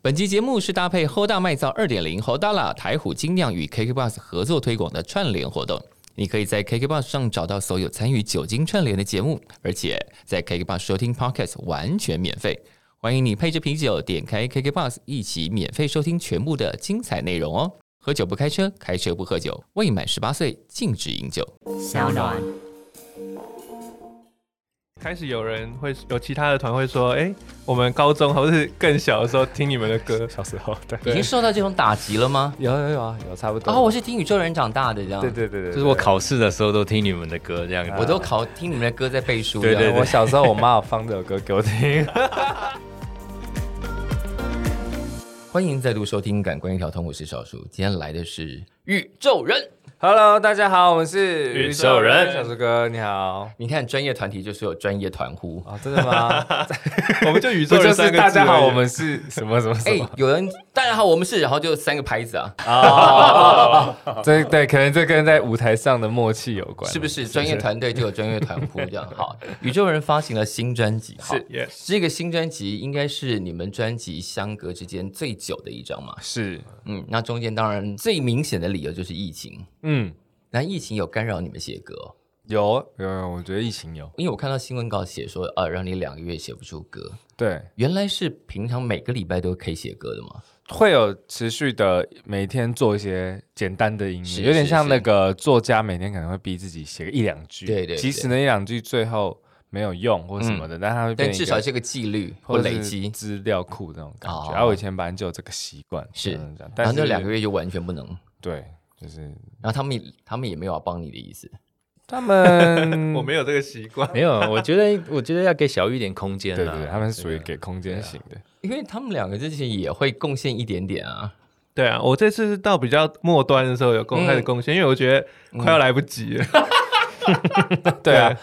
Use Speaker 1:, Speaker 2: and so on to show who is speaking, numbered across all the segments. Speaker 1: 本期节目是搭配 Hoda 麦造二点零 Hoda a 台虎精酿与 KKBus 合作推广的串联活动。你可以在 KKBus 上找到所有参与酒精串联的节目，而且在 KKBus 收听 Podcast 完全免费。欢迎你配着啤酒，点开 KKBus 一起免费收听全部的精彩内容哦。喝酒不开车，开车不喝酒。未满十八岁禁止饮酒。
Speaker 2: 小暖。
Speaker 3: 开始有人会有其他的团会说，哎、我们高中或是更小的时候听你们的歌，
Speaker 4: 小时候对，
Speaker 1: 已经受到这种打击了吗？
Speaker 4: 有有有啊，有差不多。
Speaker 1: 啊，我是听宇宙人长大的，这样。
Speaker 4: 对对对对，
Speaker 5: 就是我考试的时候都听你们的歌这样子。
Speaker 1: 我都考听你们的歌在背书。
Speaker 5: 对
Speaker 1: 这样
Speaker 4: 对。
Speaker 5: 对
Speaker 4: 我小时候我妈有放这首歌给我听。
Speaker 1: 欢迎再度收听《感官一条通》，我是少数。今天来的是宇宙人。
Speaker 4: Hello，大家好，我们是
Speaker 5: 宇宙人
Speaker 4: 小树哥你好
Speaker 1: 你看，专业团体就是有专业团呼。
Speaker 4: 啊，真的吗？
Speaker 3: 我们就宇宙
Speaker 4: 不
Speaker 3: 人
Speaker 4: 就是
Speaker 3: 三个字
Speaker 4: 大家
Speaker 3: 而
Speaker 4: 好，
Speaker 3: 已
Speaker 4: 我们是什么什么什
Speaker 1: 哎、
Speaker 4: 么？
Speaker 1: 有人大家好，我们是，然后就三个拍子啊，
Speaker 4: 这哎对，可能这跟在舞台上的默契有 关，
Speaker 1: 是不是？专业团队就有专业团呼，这样好。宇宙人发行了新专辑，好
Speaker 4: 是
Speaker 3: yes
Speaker 1: 这个新专辑应该是你们专辑相隔之间最久的一张嘛？
Speaker 4: 是，
Speaker 1: 嗯，那中间当然最明显的理由就是疫情。
Speaker 4: 嗯，
Speaker 1: 那疫情有干扰你们写歌哦、
Speaker 4: 有有有，我觉得疫情有，
Speaker 1: 因为我看到新闻稿写说，呃，让你两个月写不出歌，
Speaker 4: 对，
Speaker 1: 原来是平常每个礼拜都可以写歌的吗？
Speaker 4: 会有持续的每天做一些简单的音
Speaker 1: 是
Speaker 4: 乐，有点
Speaker 1: 是
Speaker 4: 像那
Speaker 1: 是
Speaker 4: 个作家每天可能会逼自己写个一两句，
Speaker 1: 对对
Speaker 4: 即
Speaker 1: 对
Speaker 4: 使那一两句最后没有用或什么的，嗯但它会
Speaker 1: 但
Speaker 4: 变成
Speaker 1: 至
Speaker 4: 一
Speaker 1: 少
Speaker 4: 个
Speaker 1: 是个纪律或
Speaker 4: 或
Speaker 1: 累
Speaker 4: 是
Speaker 1: 积，
Speaker 4: 资料库那种感
Speaker 1: 哦
Speaker 4: 觉。啊然后我以前本来就有这个习惯，
Speaker 1: 是
Speaker 4: 嗯这
Speaker 1: 然
Speaker 4: 样但
Speaker 1: 后
Speaker 4: 是
Speaker 1: 那两个月就完全不能。
Speaker 4: 对，就是
Speaker 1: 然后他们也他们也没有要帮你的意思，
Speaker 4: 他们
Speaker 3: 我没有这个习惯，
Speaker 5: 没有，我觉得我觉得要给小玉一点空间
Speaker 4: 对
Speaker 5: 啦
Speaker 4: 对，对他们是属于给空间型的，
Speaker 1: 因为他们两个之前也会贡献一点点啊。
Speaker 3: 对啊，我这次是到比较末端的时候有公开的贡献，因为我觉得快要来不及了。
Speaker 4: 对啊。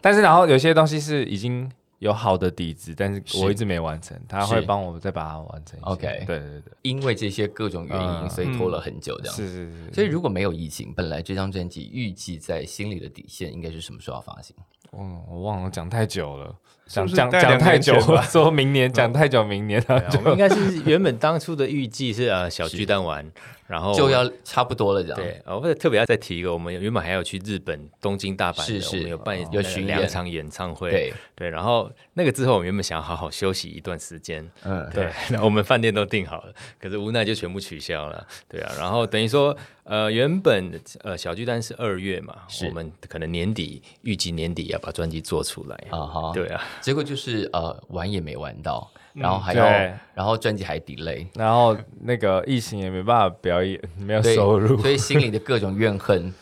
Speaker 4: 但是然后有些东西是已经有好的底子，但是我一直没完成，他会
Speaker 1: 是
Speaker 4: 帮我再把它完成一些。
Speaker 1: OK
Speaker 4: 对对对，
Speaker 1: 因为这些各种原因，
Speaker 4: 嗯
Speaker 1: 所以拖了很久这样。
Speaker 4: 是是是。
Speaker 1: 所以如果没有疫情，本来这张专辑预计在心里的底线应该是什么时候要发行？
Speaker 4: 嗯，我忘了讲太久了，讲
Speaker 3: 不是
Speaker 4: 讲
Speaker 3: 大概
Speaker 4: 讲
Speaker 3: 两
Speaker 4: 太
Speaker 3: 年
Speaker 4: 久
Speaker 3: 前吧
Speaker 4: 了，说明年讲太久，明年然后
Speaker 5: 啊我们应
Speaker 4: 就
Speaker 5: 该是原本当初的预计是呃小巨蛋玩，然
Speaker 4: 哦
Speaker 5: 后
Speaker 1: 就要差不多了这样。
Speaker 5: 对，呃我者特别要再提一个，我们原本还要去日本东京、大阪的，
Speaker 1: 是是哦
Speaker 5: 我们有办
Speaker 1: 有巡演
Speaker 5: 两场演唱会，
Speaker 1: 对
Speaker 5: 对，然后那个之后我们原本想要好好休息一段时间，
Speaker 1: 嗯，
Speaker 5: 对，我们饭店都订好了，可是无奈就全部取消了。对啊，然后等于说，呃，原本呃小巨蛋是二月嘛，
Speaker 1: 是
Speaker 5: 我们可能年底预计年底要把专辑做出来。
Speaker 1: 啊哈，
Speaker 5: 对啊，
Speaker 1: 结果就是呃玩也没玩到，然后还要，
Speaker 4: 嗯对
Speaker 1: 然后专辑还 delay，
Speaker 4: 然后那个疫情也没办法表演，没有
Speaker 1: 对
Speaker 4: 收入，
Speaker 1: 所以心里的各种怨 恨，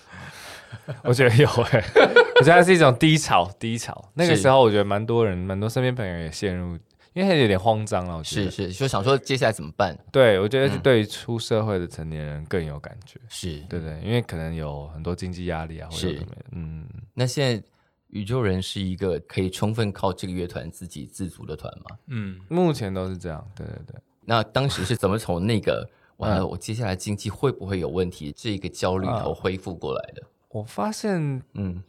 Speaker 4: 我觉得有 哎、我觉得它是一种低潮，低潮。那个
Speaker 1: 是
Speaker 4: 时候我觉得蛮多人，蛮多身边朋友也陷入，因为他有点慌张了。我觉
Speaker 1: 是
Speaker 4: 得，
Speaker 1: 是，就想说接下来怎么办？
Speaker 4: 对我觉得对于出社会的成年人更有感觉，
Speaker 1: 是，
Speaker 4: 对不对？因为可能有很多经济压力啊，或者
Speaker 1: 嗯是
Speaker 4: 什么的，嗯，
Speaker 1: 那现在宇宙人是一个可以充分靠这个乐团自给自足的团吗？
Speaker 5: 嗯，
Speaker 4: 目前都是这样，对对对。
Speaker 1: 那当时是怎么从那个完
Speaker 4: 嗯
Speaker 1: 了，我接下来经济会不会有问题这个焦虑
Speaker 4: 啊
Speaker 1: 头恢复过来的？
Speaker 4: 我发现
Speaker 1: 嗯，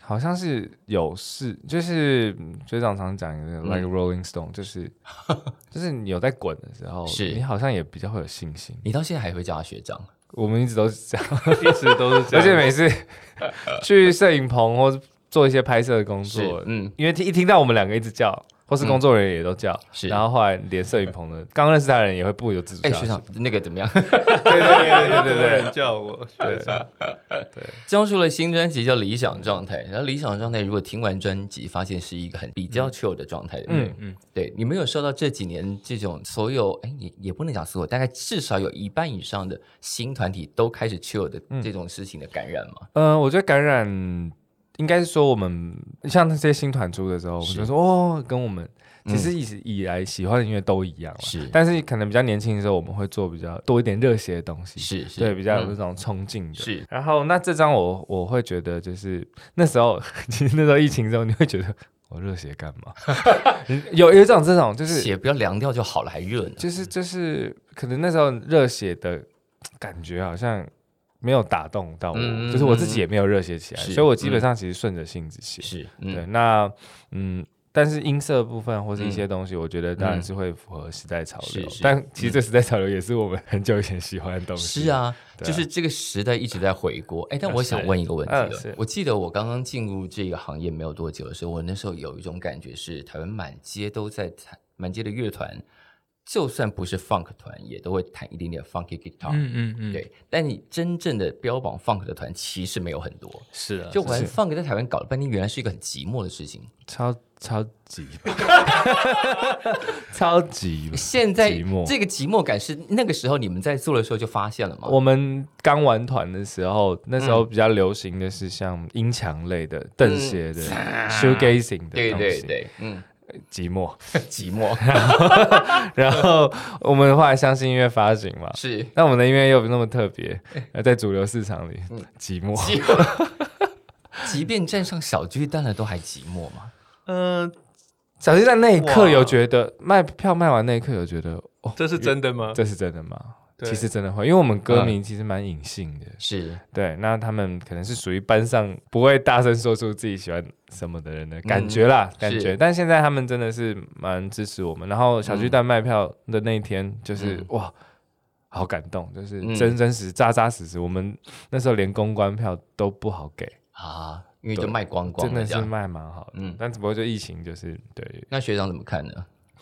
Speaker 4: 好像是有事，就是嗯学长常讲
Speaker 1: 嗯
Speaker 4: 的 like a Rolling Stone，、就是 就是你有在滚的时候，
Speaker 1: 是
Speaker 4: 你好像也比较会有信心。
Speaker 1: 你到现在还会叫他学长？
Speaker 4: 我们一直都是这样。
Speaker 3: 一直都是这
Speaker 4: 而
Speaker 3: 样，
Speaker 4: 且每次 去摄影棚或是做一些拍摄的工作
Speaker 1: 是，嗯
Speaker 4: 因为一听到我们两个一直叫，或是工作人员也都叫，
Speaker 1: 是
Speaker 4: 然后后来连摄影棚的刚认识他的人也会不由自主
Speaker 1: 哎、
Speaker 4: 叫他。
Speaker 1: 学长，那个怎么样？
Speaker 3: 对对对对对对，人叫我学长，
Speaker 1: 交出了新专辑叫《理想状态》，然后《理想状态》如果听完专辑，发现是一个很比较 chill 的状态。嗯嗯，对，你们有受到这几年这种所有，哎，也也不能讲所有，大概至少有一半以上的新团体都开始 chill 的这种事情的感染吗？
Speaker 4: 嗯、我觉得感染应该是说我们像那些新团出的时候，我们就说哦，跟我们。其实一直以来喜欢的音乐都一样了，
Speaker 1: 嗯是
Speaker 4: 但是可能比较年轻的时候，我们会做比较多一点热血的东西，
Speaker 1: 是是，
Speaker 4: 对，比较有那
Speaker 1: 嗯
Speaker 4: 种冲劲的。
Speaker 1: 是
Speaker 4: 然后那这张我我会觉得就是那时候， 其实那时候疫情之后，你会觉得我热血干 嘛？ 有有一种这种就是
Speaker 1: 血不要凉掉就好了，还热呢。
Speaker 4: 就是就是可能那时候热血的感觉好像没有打动到我，
Speaker 1: 嗯
Speaker 4: 就是我自己也没有热血起来，
Speaker 1: 是
Speaker 4: 所以我基本上其实顺着性子写。
Speaker 1: 是，
Speaker 4: 对，
Speaker 1: 嗯，
Speaker 4: 那嗯，但是音色部分或是一些东西，我觉得当然是会符合时代潮流。但其实这时代潮流也是我们很久以前喜欢的东西。
Speaker 1: 是，啊，
Speaker 4: 对啊
Speaker 1: 就是这个时代一直在回锅。哎，但我想问一个问题了
Speaker 4: 嗯是
Speaker 1: 我记得我刚刚进入这个行业没有多久的时候，我那时候有一种感觉是，台湾满街都在弹，满街的乐团，就算不是 funk 团，也都会弹一点点 funky guitar。
Speaker 4: 嗯嗯嗯，
Speaker 1: 对，但你真正的标榜 funk 的团其实没有很多，
Speaker 5: 是
Speaker 4: 嗯
Speaker 5: 啊，
Speaker 1: 就玩 funk 在台湾搞了半天，原来是一个很寂寞的事情。
Speaker 4: 超超级，超级。
Speaker 1: 现在
Speaker 4: 寂寞
Speaker 1: 这个寂寞感是那个时候你们在做的时候就发现了吗？
Speaker 4: 我们刚玩团的时候，那时候比较流行的是像音墙类的、邓鞋的、shoegazing 的
Speaker 1: 对
Speaker 4: 东
Speaker 1: 对
Speaker 4: 西，
Speaker 1: 对， 嗯，
Speaker 4: 寂寞。
Speaker 1: 寂寞
Speaker 4: 然后我们后来相信音乐发行嘛，
Speaker 1: 是
Speaker 4: 那我们的音乐又那么特别，呃在主流市场里寂寞。
Speaker 1: 寂寞。即便站上小巨蛋了，都还寂寞吗？
Speaker 3: 嗯，
Speaker 4: 小鸡在那一刻
Speaker 3: 哇
Speaker 4: 有觉得卖票卖完那一刻有觉得哦，
Speaker 3: 这是真的吗？
Speaker 4: 这是真的吗？
Speaker 3: 对
Speaker 4: 其实真的会，因为我们歌迷其实蛮隐性的，
Speaker 1: 是
Speaker 4: 对，那他们可能是属于班上不会大声说出自己喜欢什么的人的感觉啦，感觉。
Speaker 1: 嗯是
Speaker 4: 但现在他们真的是蛮支持我们。然后小巨蛋卖票的那一天，就是、
Speaker 1: 嗯
Speaker 4: 哇，好感动，就是
Speaker 1: 嗯
Speaker 4: 真真实、扎扎实实。我们那时候连公关票都不好给，
Speaker 1: 啊，因为就
Speaker 4: 对
Speaker 1: 卖光光
Speaker 4: 真
Speaker 1: 了
Speaker 4: 的
Speaker 1: 这
Speaker 4: 是
Speaker 1: 样。
Speaker 4: 卖蛮好的。
Speaker 1: 嗯
Speaker 4: 但只不过就疫情，就是对，
Speaker 1: 那学长怎么看呢？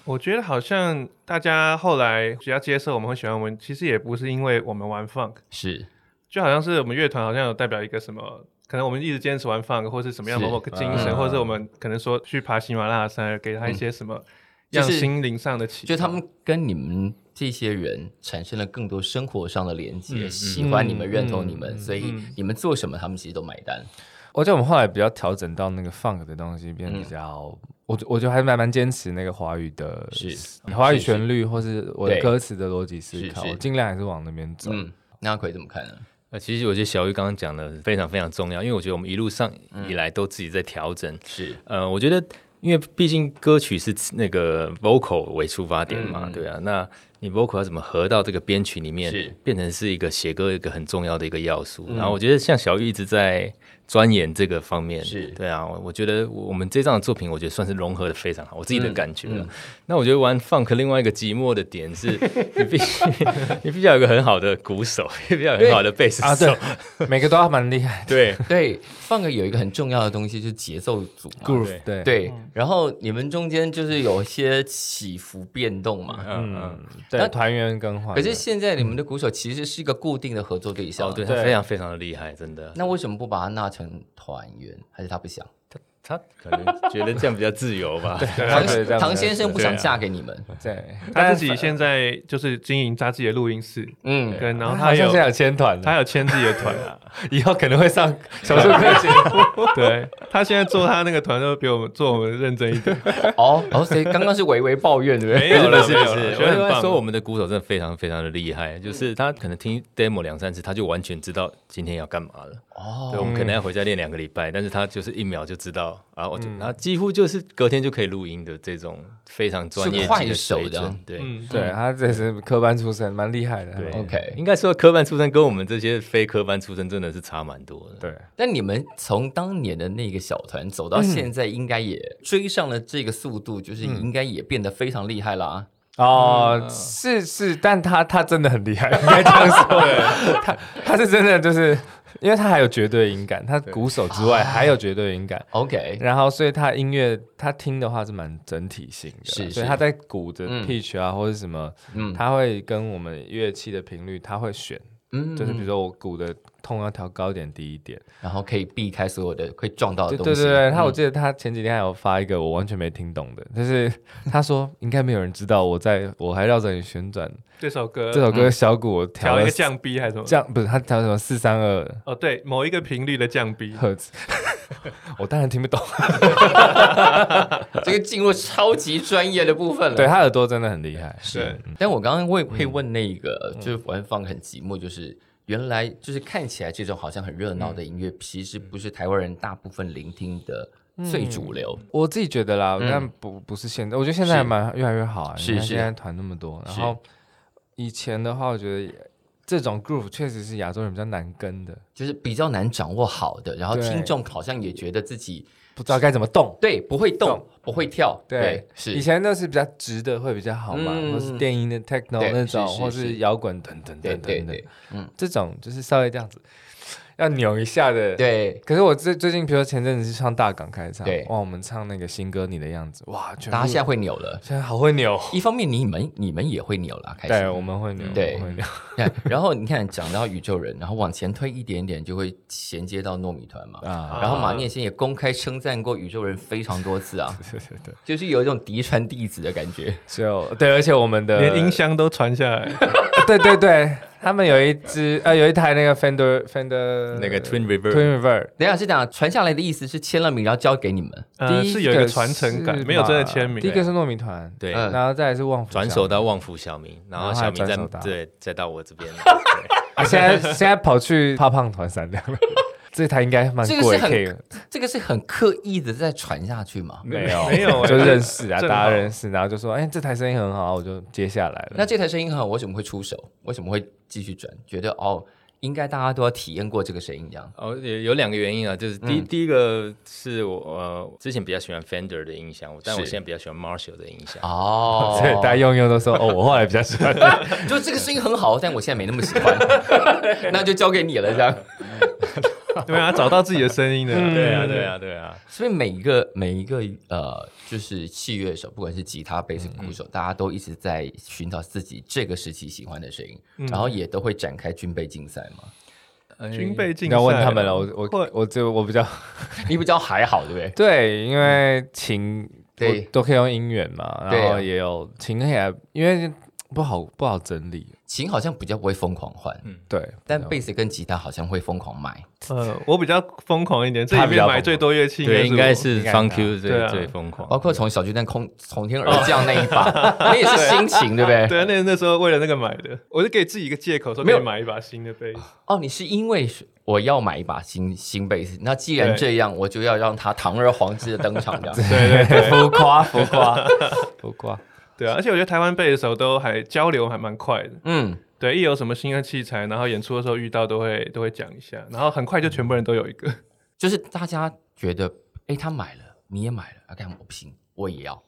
Speaker 3: 我觉得好像大家后来比较接受我们会喜欢我们，其实也不是因为我们玩 funk，
Speaker 1: 是
Speaker 3: 就好像是我们乐团好像有代表一个什么，可能我们一直坚持玩 funk，或是什么样
Speaker 1: 是
Speaker 3: 某某个精神，
Speaker 4: 嗯
Speaker 3: 或者是我们可能说去爬喜马拉雅山，给他一些什么
Speaker 1: 嗯就
Speaker 3: 样
Speaker 1: 是
Speaker 3: 心灵上的启发。
Speaker 1: 就他们跟你们这些人产生了更多生活上的连接，喜欢你们、
Speaker 4: 嗯
Speaker 1: 认同你
Speaker 4: 嗯
Speaker 1: 们，
Speaker 4: 嗯
Speaker 1: 所以你们做什么，他们其实都买单。
Speaker 4: 我觉得我们后来比较调整到那个 funk 的东西，变得比较，我觉我觉得还蛮蛮坚持那个华语的，
Speaker 1: 嗯
Speaker 4: 嗯
Speaker 1: 是
Speaker 4: 华语
Speaker 1: 是是
Speaker 4: 旋律或是我的
Speaker 1: 对
Speaker 4: 歌词的逻辑思考，
Speaker 1: 是是
Speaker 4: 我尽量还是往那边走。
Speaker 1: 嗯，那阿奎怎么看呢？
Speaker 5: 呃，其实我觉得小玉刚刚讲的非常非常重要，因为我觉得我们一路上以来都自己在调整。
Speaker 1: 是
Speaker 5: 呃，我觉得因为毕竟歌曲是那个 vocal 为出发点嘛，
Speaker 1: 嗯
Speaker 5: 对啊，那你 vocal 要怎么合到这个编曲里
Speaker 1: 是
Speaker 5: 面，变成是一个写歌一个很重要的一个要素。然后我觉得像小玉一直在钻研这个方面，
Speaker 1: 是
Speaker 5: 对啊，我我觉得我们这张的作品，我觉得算是融合的非常好，我自己的感觉了。那我觉得玩 funk 另外一个寂寞的点是，你必须 你必须要有一个很好的鼓手， 也必须要有很好的贝斯
Speaker 4: 啊，
Speaker 5: 手，
Speaker 4: 对，每个都还蛮厉
Speaker 1: 啊
Speaker 4: 害的。
Speaker 5: 对
Speaker 1: 对 funk 有一个很重要的东西，就是节奏组嘛。
Speaker 4: Groove，对，
Speaker 1: 对，然后你们中间就是有一些起伏变动嘛。
Speaker 5: 嗯嗯，
Speaker 4: 嗯，
Speaker 1: 那
Speaker 4: 对，团员更换的。
Speaker 1: 可是现在你们的鼓手其实是一个固定的合作对象，
Speaker 5: 哦，对，他
Speaker 4: 对
Speaker 5: 非常非常的厉害，真的。
Speaker 1: 那为什么不把它纳成团员？还是他不想？
Speaker 5: 他可能觉得这样比较自由吧。对
Speaker 4: 对
Speaker 1: 唐
Speaker 4: 对这样
Speaker 1: 唐
Speaker 4: 比较
Speaker 1: 先生不
Speaker 4: 是
Speaker 1: 想嫁给你们？
Speaker 4: 对，啊
Speaker 3: 他
Speaker 4: 但
Speaker 3: 自己现在就是经营他自己的录音室，
Speaker 1: 嗯，
Speaker 3: 跟然后
Speaker 4: 他
Speaker 3: 他
Speaker 4: 好像
Speaker 3: 有
Speaker 4: 现在有签团
Speaker 3: 他
Speaker 4: 了，
Speaker 3: 有签自己的团 啊，
Speaker 4: 以后可能会 上小说课节目。
Speaker 3: 对他现在做他那个团都比我们做我们认真一点，
Speaker 4: 啊
Speaker 1: 哦，哦，所以刚刚是微微抱怨，对不对？
Speaker 3: 没有
Speaker 5: 不
Speaker 3: 了
Speaker 5: 是
Speaker 3: 没
Speaker 5: 不
Speaker 3: 有了
Speaker 5: 是，
Speaker 3: 觉
Speaker 5: 我
Speaker 3: 得很
Speaker 5: 在
Speaker 3: 棒
Speaker 5: 说我们的鼓手真的非常非常的厉害，就是他可能听 demo 两三次，他就完全知道今天要干嘛了。
Speaker 1: 哦，
Speaker 5: 对，我们可能要回家练两个礼拜，但是他就是一秒就知道啊，我就他几乎就是隔天就可以录音的这种非常专
Speaker 1: 是
Speaker 5: 业级
Speaker 1: 快
Speaker 5: 的
Speaker 1: 手
Speaker 5: 水
Speaker 1: 的
Speaker 5: 准
Speaker 1: 啊。
Speaker 5: 对，
Speaker 3: 嗯，
Speaker 4: 对他这是科班出身，蛮厉害的。
Speaker 5: 对
Speaker 1: OK
Speaker 5: 应该说科班出身跟我们这些非科班出身真的是差蛮多的。
Speaker 4: 对，
Speaker 1: 那你们从当年的那个小团走到现在，应该也追上了这个速度，就是
Speaker 4: 嗯
Speaker 1: 应该也变得非常厉害了啊。
Speaker 4: 哦，是是，但他他真的很厉害，应 该这样说。他他是真的就是，因为他还有绝对音感，他鼓手之外还有绝对音感。
Speaker 1: OK，
Speaker 4: 然后，所以他音乐他听的话是蛮整体性的，
Speaker 1: 是
Speaker 4: 所
Speaker 1: 是
Speaker 4: 以他在鼓的
Speaker 1: 嗯
Speaker 4: pitch 啊、或者什么，
Speaker 1: 嗯
Speaker 4: 他会跟我们乐器的频率，他会选，
Speaker 1: 嗯
Speaker 4: 就是比如说我鼓的痛要调高一点、低一点，
Speaker 1: 然后可以避开所有的会撞到的
Speaker 4: 对
Speaker 1: 东
Speaker 4: 对
Speaker 1: 西。
Speaker 4: 对对。他我
Speaker 1: 嗯
Speaker 4: 记得他前几天还有发一个我完全没听懂的，就是他说应该没有人知道我在我还绕着你旋转
Speaker 3: 这首歌
Speaker 4: 这首
Speaker 1: 嗯
Speaker 4: 歌小鼓我调
Speaker 3: 调一
Speaker 4: 了
Speaker 3: 个降 B 还是什么？
Speaker 4: 降不是他调什么四三二
Speaker 3: 哦，对，某一个频率的降 B，
Speaker 4: 赫兹， 我当然听不懂。
Speaker 1: 嗯这个进入超级专业的部分了。
Speaker 4: 对，他耳朵真的很厉害，嗯
Speaker 3: 对，
Speaker 1: 但我刚刚会会问那个，就是玩放很寂寞，就是原来就是看起来这种好像很热
Speaker 4: 嗯
Speaker 1: 闹的音乐，其实不是台湾人大部分聆听的最主流。
Speaker 4: 我自己觉得啦，但不不是现在，我觉得现在还蛮越来越好啊。
Speaker 1: 嗯是
Speaker 4: 你看
Speaker 1: 是
Speaker 4: 现在团那么多，然
Speaker 1: 是
Speaker 4: 后以前的话，我觉得这种 groove 确实是亚洲人比较难跟的。
Speaker 1: 就是比较难掌握好的，然后
Speaker 4: 对
Speaker 1: 听众好像也觉得自己
Speaker 4: 不知道该怎么动。
Speaker 1: 对，不会动
Speaker 4: 动，
Speaker 1: 不会跳，
Speaker 4: 对，
Speaker 1: 是
Speaker 4: 以前那是比较直的会比较好嘛，
Speaker 1: 嗯
Speaker 4: 或是电音的 techno
Speaker 1: 对
Speaker 4: 那种，
Speaker 1: 是是
Speaker 4: 或
Speaker 1: 是
Speaker 4: 是摇滚等等
Speaker 1: 对
Speaker 4: 等
Speaker 1: 对
Speaker 4: 等
Speaker 1: 对
Speaker 4: 的，
Speaker 1: 嗯
Speaker 4: 这种就是稍微这样子要扭一下的。。
Speaker 1: 对，
Speaker 4: 可是我最最近，比如说前阵子去唱大港开唱，
Speaker 1: 对
Speaker 4: 哇，我们唱那个新歌《你的样子》，哇，全部
Speaker 1: 大家现在会扭了。
Speaker 4: 现在好会扭，
Speaker 1: 一方面你们你们也会扭了，啊开
Speaker 4: 对，
Speaker 1: 始。
Speaker 4: 我们会扭，
Speaker 1: 嗯对
Speaker 4: 我们会扭，
Speaker 1: 对， 然后你看讲到宇宙人，然后往前推一点点就会衔接到糯米团嘛。
Speaker 4: 啊
Speaker 1: 然后马念先也公开称赞过宇宙人非常多次啊，
Speaker 4: 对对对，
Speaker 1: 就是有一种嫡传弟子的感 觉。
Speaker 4: 就对，而且我们的
Speaker 3: 连音箱都传下来，
Speaker 4: 对对对，他们有一支呃，有一台那个 Fender Fender
Speaker 5: 那个 Twin River，
Speaker 4: 呃 Twin Reverb，
Speaker 1: 等一下是讲传下来的意思是签了名，然后交给你们。
Speaker 3: 呃，
Speaker 4: 第
Speaker 3: 是有一
Speaker 4: 个
Speaker 3: 个传承感
Speaker 4: 是，
Speaker 3: 没有真的
Speaker 4: 吧
Speaker 3: 签名。
Speaker 4: 第一个是糯米团，
Speaker 5: 对，
Speaker 1: 嗯
Speaker 4: 然后再来是旺福
Speaker 5: 转
Speaker 4: 巷
Speaker 5: 手到旺福小明，然后小明
Speaker 4: 然后呃还
Speaker 5: 再
Speaker 4: 转手到
Speaker 5: 对再到我这边，
Speaker 4: 啊，现在 现在跑去怕胖团闪亮了， 这台应该蛮
Speaker 1: 这个
Speaker 4: 贵，
Speaker 1: 是很
Speaker 4: 可 以
Speaker 1: 这个是很刻意的在传下去嘛？
Speaker 4: 没有
Speaker 3: 没有
Speaker 4: 就
Speaker 3: 哎
Speaker 4: 认识啊，
Speaker 3: 正
Speaker 4: 大
Speaker 3: 好
Speaker 4: 家认识，然后就说哎，这台生意很好，我就接下来了。
Speaker 1: 那这台声音很好，我为什么会出手？为什么会继续转？觉得哦，应该大家都要体验过这个声音，这样。
Speaker 5: 哦，有有两个原因啊，就是
Speaker 1: 嗯
Speaker 5: 第、第一个是我呃之前比较喜欢 Fender 的音箱，但我
Speaker 1: 是
Speaker 5: 现在比较喜欢 Marshall 的音箱。
Speaker 1: 哦，
Speaker 4: 所以大家用用都说哦，我后来比较喜欢
Speaker 1: 就这个声音很好，但我现在没那么喜 欢，那就交给你了，这样。
Speaker 3: 对啊，找到自己的声音的，
Speaker 4: 嗯
Speaker 5: 对啊，对啊，对啊，
Speaker 1: 所以每一个每一个呃，就是器乐手，不管是吉他、贝斯、鼓手，大家都一直在寻找自己这个时期喜欢的声音，然后也都会展开军备竞赛嘛。
Speaker 3: 军备竞
Speaker 4: 你
Speaker 3: 赛。
Speaker 4: 嗯要问他 们了，我我
Speaker 3: 会
Speaker 4: 我这我比较
Speaker 1: 你比较还好，对不对？
Speaker 4: 对，因为琴
Speaker 1: 对
Speaker 4: 我都可以用音源嘛，
Speaker 1: 对
Speaker 4: 然
Speaker 1: 啊
Speaker 4: 后也有琴也因为不好不好整理，
Speaker 1: 琴好像比较不会疯狂换，
Speaker 4: 对，
Speaker 1: 但贝斯跟吉他好像会疯狂买。
Speaker 3: 嗯，我比较疯狂一点，这
Speaker 4: 他
Speaker 3: 里
Speaker 4: 比较
Speaker 3: 面
Speaker 4: 疯
Speaker 3: 买最多乐器
Speaker 1: 啊
Speaker 5: 对，应该
Speaker 3: 我
Speaker 5: 是
Speaker 4: 应该是他
Speaker 5: Funk
Speaker 3: 对
Speaker 5: 最
Speaker 3: 啊
Speaker 5: 最疯狂，
Speaker 1: 包括从小巨蛋空从天而降那一把， 那也是心情，对不对？
Speaker 3: 对啊，那那时候为了那个买的，我就给自己一个借口，说
Speaker 1: 没
Speaker 3: 可
Speaker 1: 有
Speaker 3: 以买一把新的杯。
Speaker 1: 哦，你是因为我要买一把新新贝斯，那既然
Speaker 3: 对
Speaker 1: 这样，我就要让它堂而皇之的登场，这样。
Speaker 3: 对对对
Speaker 4: 浮夸浮夸 浮夸，
Speaker 3: 对啊，而且我觉得台湾贝的时候都还交流还蛮快的，
Speaker 1: 嗯，
Speaker 3: 对，一有什么新的器材，然后演出的时候遇到都会都会讲一下，然后很快就全部人都有一个。
Speaker 1: 就是大家觉得，哎，他买了，你也买了，啊，干我不行，我也要，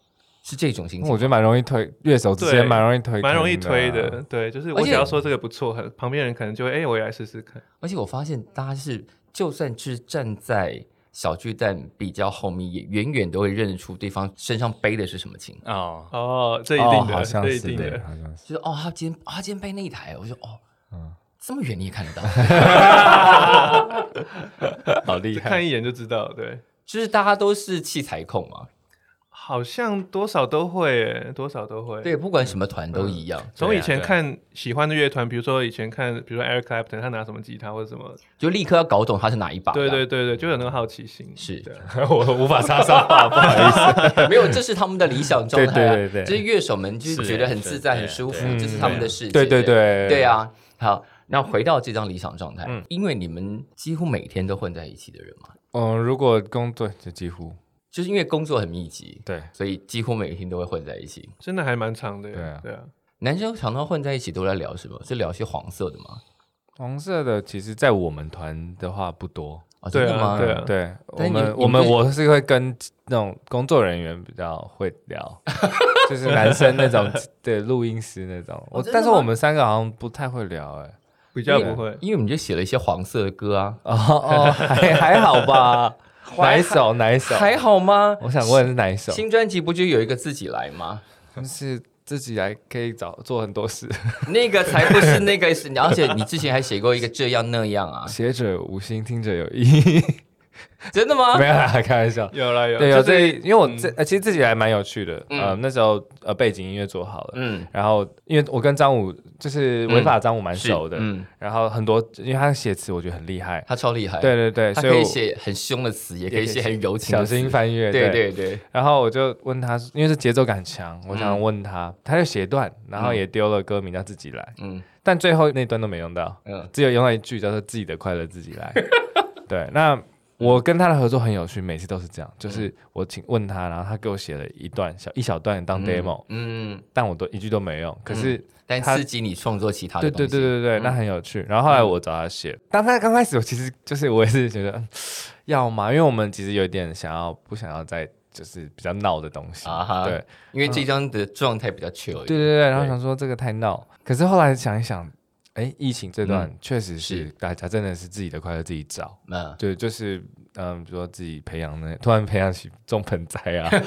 Speaker 1: 是这种心
Speaker 4: 我
Speaker 1: 情。
Speaker 4: 觉得蛮容易推，乐手之间
Speaker 3: 对
Speaker 4: 蛮容易推，
Speaker 3: 蛮容易推的，。对，就是
Speaker 1: 而
Speaker 3: 我
Speaker 1: 且
Speaker 3: 只要说这个不错，很旁边人可能就会，哎、我也来试试看。
Speaker 1: 而且我发现大家是，就算是站在小巨蛋比较后面，也远远都会认出对方身上背的是什么琴。
Speaker 5: 哦，
Speaker 3: 哦，这一
Speaker 4: 哦，
Speaker 3: 定的，
Speaker 4: 好像
Speaker 3: 这一
Speaker 4: 是
Speaker 3: 定
Speaker 4: 对，
Speaker 3: 的。
Speaker 4: 好像是。
Speaker 1: 就是哦，他今天、哦、他今天背那一台，我就哦，
Speaker 4: 嗯
Speaker 1: 这么远你也看得到，
Speaker 4: 好厉
Speaker 3: 就看一眼就知道，对，
Speaker 1: 就是大家都是器材控嘛，
Speaker 3: 好像多少都会耶，多少都会。
Speaker 4: 啊
Speaker 1: 对，，不管什么团都一
Speaker 4: 嗯
Speaker 1: 样，
Speaker 3: 从
Speaker 5: 对啊
Speaker 3: 以前
Speaker 5: 对啊
Speaker 3: 看喜欢的乐团，比如说以前看，比如说 Eric Clapton，他拿什么吉他或者什么，
Speaker 1: 就立刻要搞懂它是哪一把。
Speaker 3: 对对，对
Speaker 4: 嗯
Speaker 3: 对，就有那个好奇心。
Speaker 1: 是
Speaker 3: 对啊
Speaker 4: 我无法插上话，不好意思。
Speaker 1: 没有，这是他们的理想状态、啊，
Speaker 4: 对对对对
Speaker 1: 就是乐手们就是
Speaker 5: 是
Speaker 1: 觉得很自在、
Speaker 5: 是
Speaker 1: 很舒服
Speaker 5: 对，
Speaker 1: 这是他们的世界。
Speaker 4: 对对对
Speaker 1: 对，啊，好，那回到这张理想状态，因为你们几乎每天都混在一起的人嘛，
Speaker 4: 嗯，如果工作就几乎
Speaker 1: 就是因为工作很密集，
Speaker 4: 对
Speaker 1: 所以几乎每天都会混在一起。
Speaker 3: 真的还蛮长的耶。
Speaker 4: 对啊
Speaker 3: 对啊，
Speaker 1: 男生常常混在一起都在聊什么？是聊些黄色的吗？
Speaker 4: 黄色的，其实在我们团的话不多。
Speaker 1: 啊，真
Speaker 3: 对啊
Speaker 1: 的吗？
Speaker 3: 对啊
Speaker 4: 对，我
Speaker 1: 但你
Speaker 4: 们
Speaker 1: 你
Speaker 4: 我们
Speaker 1: 不
Speaker 4: 我是会跟那种工作人员比较会 聊，就是男生那种对录音师那种。我
Speaker 1: 真的
Speaker 4: 但是
Speaker 1: 吗
Speaker 4: 我们三个好像不太会聊哎。
Speaker 3: 比较不会。
Speaker 1: 因为你们就写了一些黄色的歌啊，
Speaker 4: 哦哦，还还好 吧？哪一首？哪一首？
Speaker 1: 还好吗？
Speaker 4: 我想啊问是啊哪一首？
Speaker 1: 新专辑不就有一个自己来吗？
Speaker 4: 就是自己来可以找做很多 事，
Speaker 1: 那个才不是那个是，而且你之前还写过一个这样那样啊，
Speaker 4: 写者无心，听者有意。
Speaker 1: 真的吗？
Speaker 4: 没有啦，开玩笑。
Speaker 3: 有啦有，
Speaker 4: 啊对，有啊
Speaker 3: 就
Speaker 4: 这，
Speaker 3: 是
Speaker 4: 因为我这呃其实自己还蛮有趣的。
Speaker 1: 嗯
Speaker 4: 呃，那时候呃背景音乐做好了，
Speaker 1: 嗯，
Speaker 4: 然后因为我跟张武就是违法张武蛮
Speaker 1: 是
Speaker 4: 熟的，
Speaker 1: 嗯，
Speaker 4: 然后很多因为他写词我觉得很厉害，
Speaker 1: 他超厉害，
Speaker 4: 对对对，
Speaker 1: 哎他
Speaker 4: 所
Speaker 1: 可以
Speaker 4: 以
Speaker 1: 写很凶的词，也可以
Speaker 4: 也可以
Speaker 1: 写很柔
Speaker 4: 我
Speaker 1: 情的
Speaker 4: 小
Speaker 1: 词，
Speaker 4: 心翻阅，
Speaker 1: 对对对，
Speaker 4: 然后我就问他，因为这节奏感强，我想问他，他就写一段，然后也丢了歌名叫自己来，
Speaker 1: 嗯
Speaker 4: 但最后那段都没用到，
Speaker 1: 嗯
Speaker 4: 只有用到一句叫做自己的快乐自己来。对，那我跟他的合作很有趣，每次都是这样，就是我请问他，然后他给我写了一段小一小段当 demo，、
Speaker 1: 嗯，
Speaker 4: 但我都一句都没用。可是、
Speaker 1: 但
Speaker 4: 他
Speaker 1: 刺激你创作其他
Speaker 4: 对
Speaker 1: 的东西。
Speaker 4: 对
Speaker 1: 嗯
Speaker 4: 对对对，那很有趣。然后后来我找他写，当他刚开始，我其实就是我也是觉得嗯要嘛，因为我们其实有点想要不想要再就是比较闹的东西，
Speaker 1: 啊哈
Speaker 4: 对
Speaker 1: 因为这张的状态比较 chill 一
Speaker 4: 对对
Speaker 1: 点。
Speaker 4: 对。然后想说这个太闹，可是后来想一想，哎，疫情这段确实是
Speaker 1: 嗯是
Speaker 4: 大家真的是自己的快乐自己找。
Speaker 1: 嗯，
Speaker 4: 对，就是嗯，比如说自己培养那突然培养起种盆栽 啊，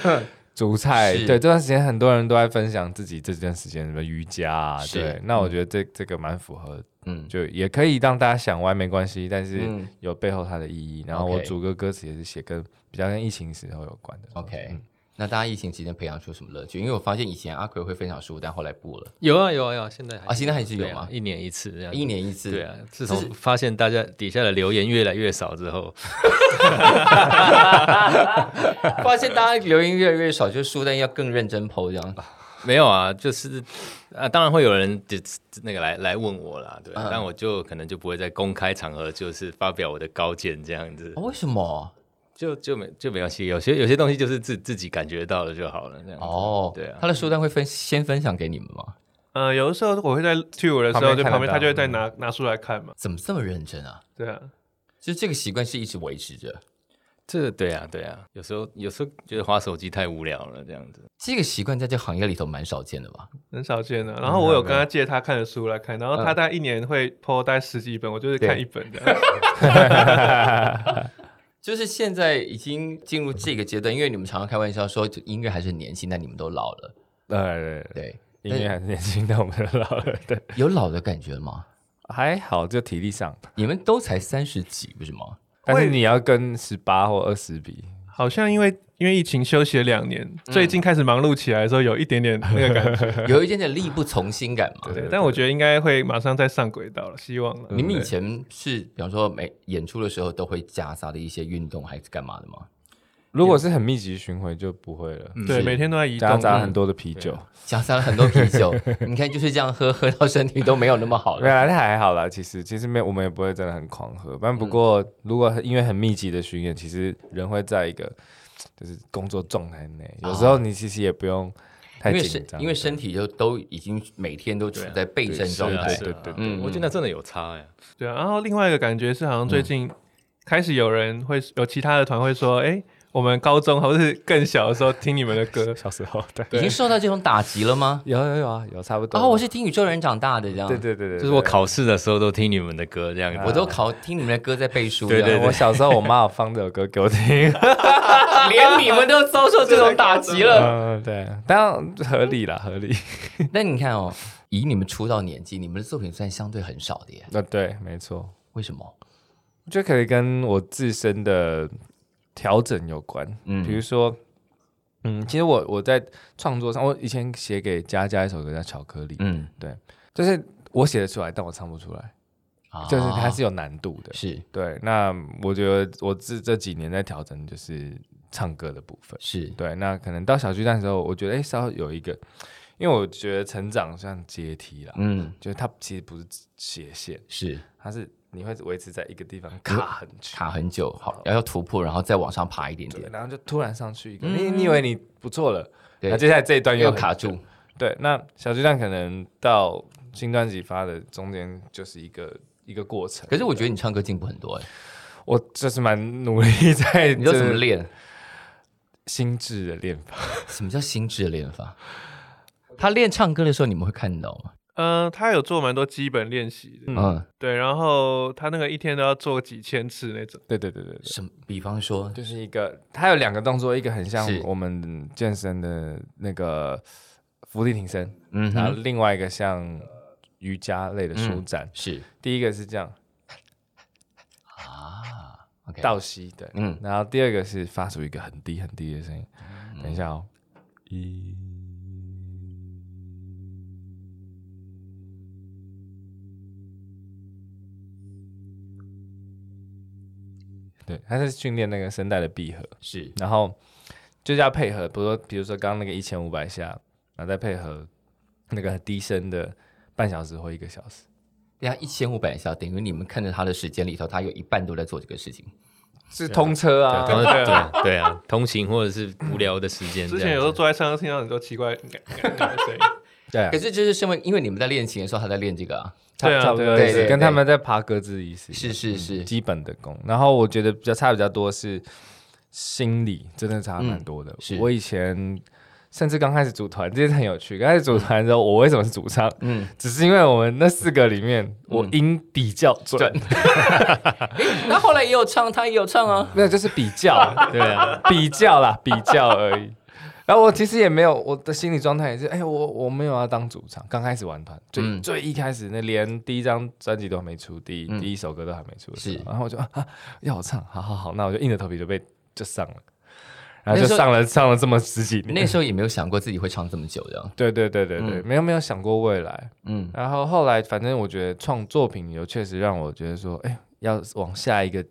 Speaker 4: 煮菜，
Speaker 1: 是
Speaker 4: 对，这段时间很多人都在分享自己这段时间什么瑜伽啊，
Speaker 1: 是
Speaker 4: 对，那我觉得这这个蛮符合，
Speaker 1: 嗯，
Speaker 4: 就也可以让大家想歪没关系，但是
Speaker 1: 嗯
Speaker 4: 有背后它的意义。然后我
Speaker 1: OK
Speaker 4: 主歌歌词也是写跟比较跟疫情时候有关的。
Speaker 1: OK，、
Speaker 4: 嗯
Speaker 1: 那大家疫情期间培养出什么乐趣？因为我发现以前阿奎会分享书，但后来不了，
Speaker 5: 有啊有啊有啊，现在还
Speaker 1: 啊现在还是有
Speaker 5: 对啊
Speaker 1: 吗
Speaker 5: 一年一次这样子，
Speaker 1: 一年一次。
Speaker 5: 对啊，自
Speaker 1: 是
Speaker 5: 从发现大家底下的留言越来越少之后，
Speaker 1: 发现大家留言越来越少，就是书单要更认真剖这样。
Speaker 5: 没有啊，就是啊，当然会有人就那个来来问我啦，对，啊
Speaker 1: 嗯
Speaker 5: 但我就可能就不会在公开场合就是发表我的高见这样子，
Speaker 1: 哦、为什么？
Speaker 5: 就就没就没关系，有些有些东西就是自自己感觉到了就好了，
Speaker 4: 嗯
Speaker 5: 这样子
Speaker 1: 哦，
Speaker 5: 对啊
Speaker 1: 他，的书单会分先分享给你们吗？
Speaker 3: 呃，有的时候我会在 tour 的时候，
Speaker 4: 旁边
Speaker 3: 就
Speaker 4: 看得
Speaker 3: 旁边
Speaker 4: 到嗯
Speaker 3: 他就会再拿拿书来看嘛。
Speaker 1: 怎么这么认真啊？
Speaker 3: 对啊，
Speaker 1: 就这个习惯是一直维持着，
Speaker 5: 这对啊对啊，有时候有时候觉得划手机太无聊了这样子，
Speaker 1: 这个习惯在这行业里头蛮少见的吧？
Speaker 3: 很少见啊的。然
Speaker 4: 嗯
Speaker 3: 后我有跟他借他看的书来看，然后他大概一年会 po 大概十几本，我就是看一本这样。
Speaker 1: 就是现在已经进入这个阶段，因为你们常常开玩笑说就音乐还是很年轻，但你们都老了，
Speaker 4: 呃， 对
Speaker 1: 对，
Speaker 4: 音乐还是年轻，但我们都老了，对，
Speaker 1: 有老的感觉吗？
Speaker 4: 还好，就体力上。
Speaker 1: 你们都才三十几，不是吗？
Speaker 4: 但是你要跟十八或二十比，
Speaker 3: 好像因为因为疫情休息了两年，最近开始忙碌起来的时候，有一点点那 个感觉。
Speaker 1: 有一点点力不从心感嘛。
Speaker 3: 对，但我觉得应该会马上再上轨道了，希望了。
Speaker 1: 你们以前是，比方说每演出的时候都会夹杂的一些运动还是干嘛的吗？
Speaker 4: 如果是很密集巡回就不会了，
Speaker 3: 对每天都在移
Speaker 4: 夹
Speaker 3: 动，
Speaker 4: 杂很多的啤酒。
Speaker 1: 夹杂了很多啤酒，你看就是这样喝，喝到身体都没有那么好
Speaker 4: 没
Speaker 1: 了。
Speaker 4: 有，那还好啦。其实其实没有，我们也不会真的很狂喝。但不过，
Speaker 1: 嗯
Speaker 4: 如果因为很密集的巡演，其实人会在一个就是工作状态内。有时候你其实也不用太
Speaker 1: 因为
Speaker 4: 紧
Speaker 1: 身
Speaker 4: 张，
Speaker 1: 啊因为身体就都已经每天都处在备战
Speaker 5: 对
Speaker 1: 状
Speaker 5: 啊
Speaker 1: 态，
Speaker 5: 是啊
Speaker 4: 对对，
Speaker 1: 对
Speaker 5: 我觉得那真的有差呀，
Speaker 3: 对啊，然后另外一个感觉是，好像最近
Speaker 5: 嗯
Speaker 3: 开始有人会有其他的团会说，哎、我们高中或是更小的时候听你们的歌
Speaker 4: 小时候对，
Speaker 1: 已经受到这种打击了吗？
Speaker 4: 有有有啊，有差不多。嗯
Speaker 1: 哦，我是听宇宙人长大的这样，
Speaker 4: 对对对对，
Speaker 5: 就是我考试的时候都听你们的歌这样子，
Speaker 1: 我都考听你们的歌在背书，
Speaker 5: 对
Speaker 1: 这
Speaker 5: 对
Speaker 4: 对。
Speaker 1: 样
Speaker 4: 我小时候，我妈有放这首歌给我听，
Speaker 1: 连你们都遭受这种打击了。
Speaker 4: 嗯，对， 当然合理啦，合理。
Speaker 1: 那你看哦，以你们出道年纪，你们的作品算相对很少的耶，
Speaker 4: 那呃对，没错。
Speaker 1: 为什么？
Speaker 4: 我觉得可以跟我自身的调整有关。
Speaker 1: 嗯
Speaker 4: 嗯，比如说，嗯，其实我我在创作上，我以前写给佳佳一首歌叫《巧克力》，
Speaker 1: 嗯，
Speaker 4: 就是我写得出来，但我唱不出来，
Speaker 1: 啊
Speaker 4: 就是它是有难度的。
Speaker 1: 是
Speaker 4: 对，那我觉得我这这几年在调整就是唱歌的部分。
Speaker 1: 是，
Speaker 4: 对，那可能到小巨蛋的时候，我觉得哎，稍微有一个，因为我觉得成长像阶梯啦，
Speaker 1: 嗯，
Speaker 4: 就是它其实不是斜线，
Speaker 1: 是
Speaker 4: 它是你会维持在一个地方
Speaker 1: 嗯
Speaker 4: 卡很久。
Speaker 1: 卡很久，好，要要突破，然后再往上爬一点
Speaker 4: 对，
Speaker 1: 点，
Speaker 4: 然后就突然上去一个，你你以为你不错了，
Speaker 1: 嗯对
Speaker 4: 那接下来这一段
Speaker 1: 又
Speaker 4: 又很
Speaker 1: 卡
Speaker 4: 久
Speaker 1: 住。，
Speaker 4: 对，那小巨蛋可能到新专辑发的中间就是一个一个过程。
Speaker 1: 可是我觉得你唱歌进步很多哎，
Speaker 4: 我就是蛮努力 在
Speaker 1: 你都怎么
Speaker 4: 这
Speaker 1: 练？
Speaker 4: 心智的练法，
Speaker 1: 什么叫心智的练法？他练唱歌的时候，你们会看到吗？
Speaker 3: 嗯、他有做蛮多基本练习的，
Speaker 1: 嗯，
Speaker 3: 对，然后他那个一天都要做几千次那种，
Speaker 4: 对对对对对，
Speaker 1: 什么？比方说，
Speaker 4: 就是一个它有两个动作，一个很像
Speaker 1: 是
Speaker 4: 我们健身的那个伏地挺身，
Speaker 1: 嗯
Speaker 4: 然后
Speaker 1: 哼，嗯
Speaker 4: 另外一个像瑜伽类的舒展。
Speaker 1: 是
Speaker 4: 第一个是这样
Speaker 1: 啊，OK，
Speaker 4: 倒吸，对，
Speaker 1: 嗯
Speaker 4: 然后第二个是发出一个很低很低的声音，等一下哦，一。对，它是训练那个声带的闭合，
Speaker 1: 是
Speaker 4: 然后就是要配合，比如说比如说刚刚那个一千五百下，然后再配合那个低声的半小时或一个小时。
Speaker 1: 对啊，一千五百下，等于你们看着他的时间里头，他有一半都在做这个事情。
Speaker 4: 是通车啊，
Speaker 5: 对啊对对啊，通勤或者是无聊的时间这样子，
Speaker 3: 之前有时候坐在车上听到很多奇怪 嘎嘎嘎的声音，
Speaker 4: 对啊
Speaker 1: 可，是就是身为，因为你们在练琴的时候，他在练这个啊，
Speaker 4: 差
Speaker 3: 对啊
Speaker 4: 差不多
Speaker 1: 对
Speaker 4: 意思
Speaker 1: 对对
Speaker 4: 跟他们在爬格子意思一样嗯
Speaker 1: 是是是，
Speaker 4: 基本的功。然后我觉得比较差比较多是心理，真的差蛮多的。
Speaker 1: 嗯是
Speaker 4: 我以前甚至刚开始组团，这是很有趣。刚开始组团的时候，我为什么是主唱？
Speaker 1: 嗯，
Speaker 4: 只是因为我们那四个里面，我音比较准，
Speaker 1: 那后来也有唱，他也有唱啊，
Speaker 4: 没有就是比较，
Speaker 5: 对啊，
Speaker 4: 比较啦，比较而已。然后我其实也没有，我的心理状态也是，哎、我我没有要当主唱。刚开始玩团，最、
Speaker 1: 嗯
Speaker 4: 最一开始那连第一张专辑都还没出，第一、
Speaker 1: 嗯
Speaker 4: 第一首歌都还没出的时候
Speaker 1: 是
Speaker 4: 然后我就啊啊要我唱，好好好，那我就硬着头皮就被就上了，然
Speaker 1: 那
Speaker 4: 后就
Speaker 1: 时候
Speaker 4: 上了上了这么十几年。
Speaker 1: 那时候也没有想过自己会唱这么久的，
Speaker 4: 对对对对对，
Speaker 1: 嗯
Speaker 4: 没有没有想过未来。
Speaker 1: 嗯，
Speaker 4: 然后后来，反正我觉得创作品有确实让我觉得说，哎，要往下一个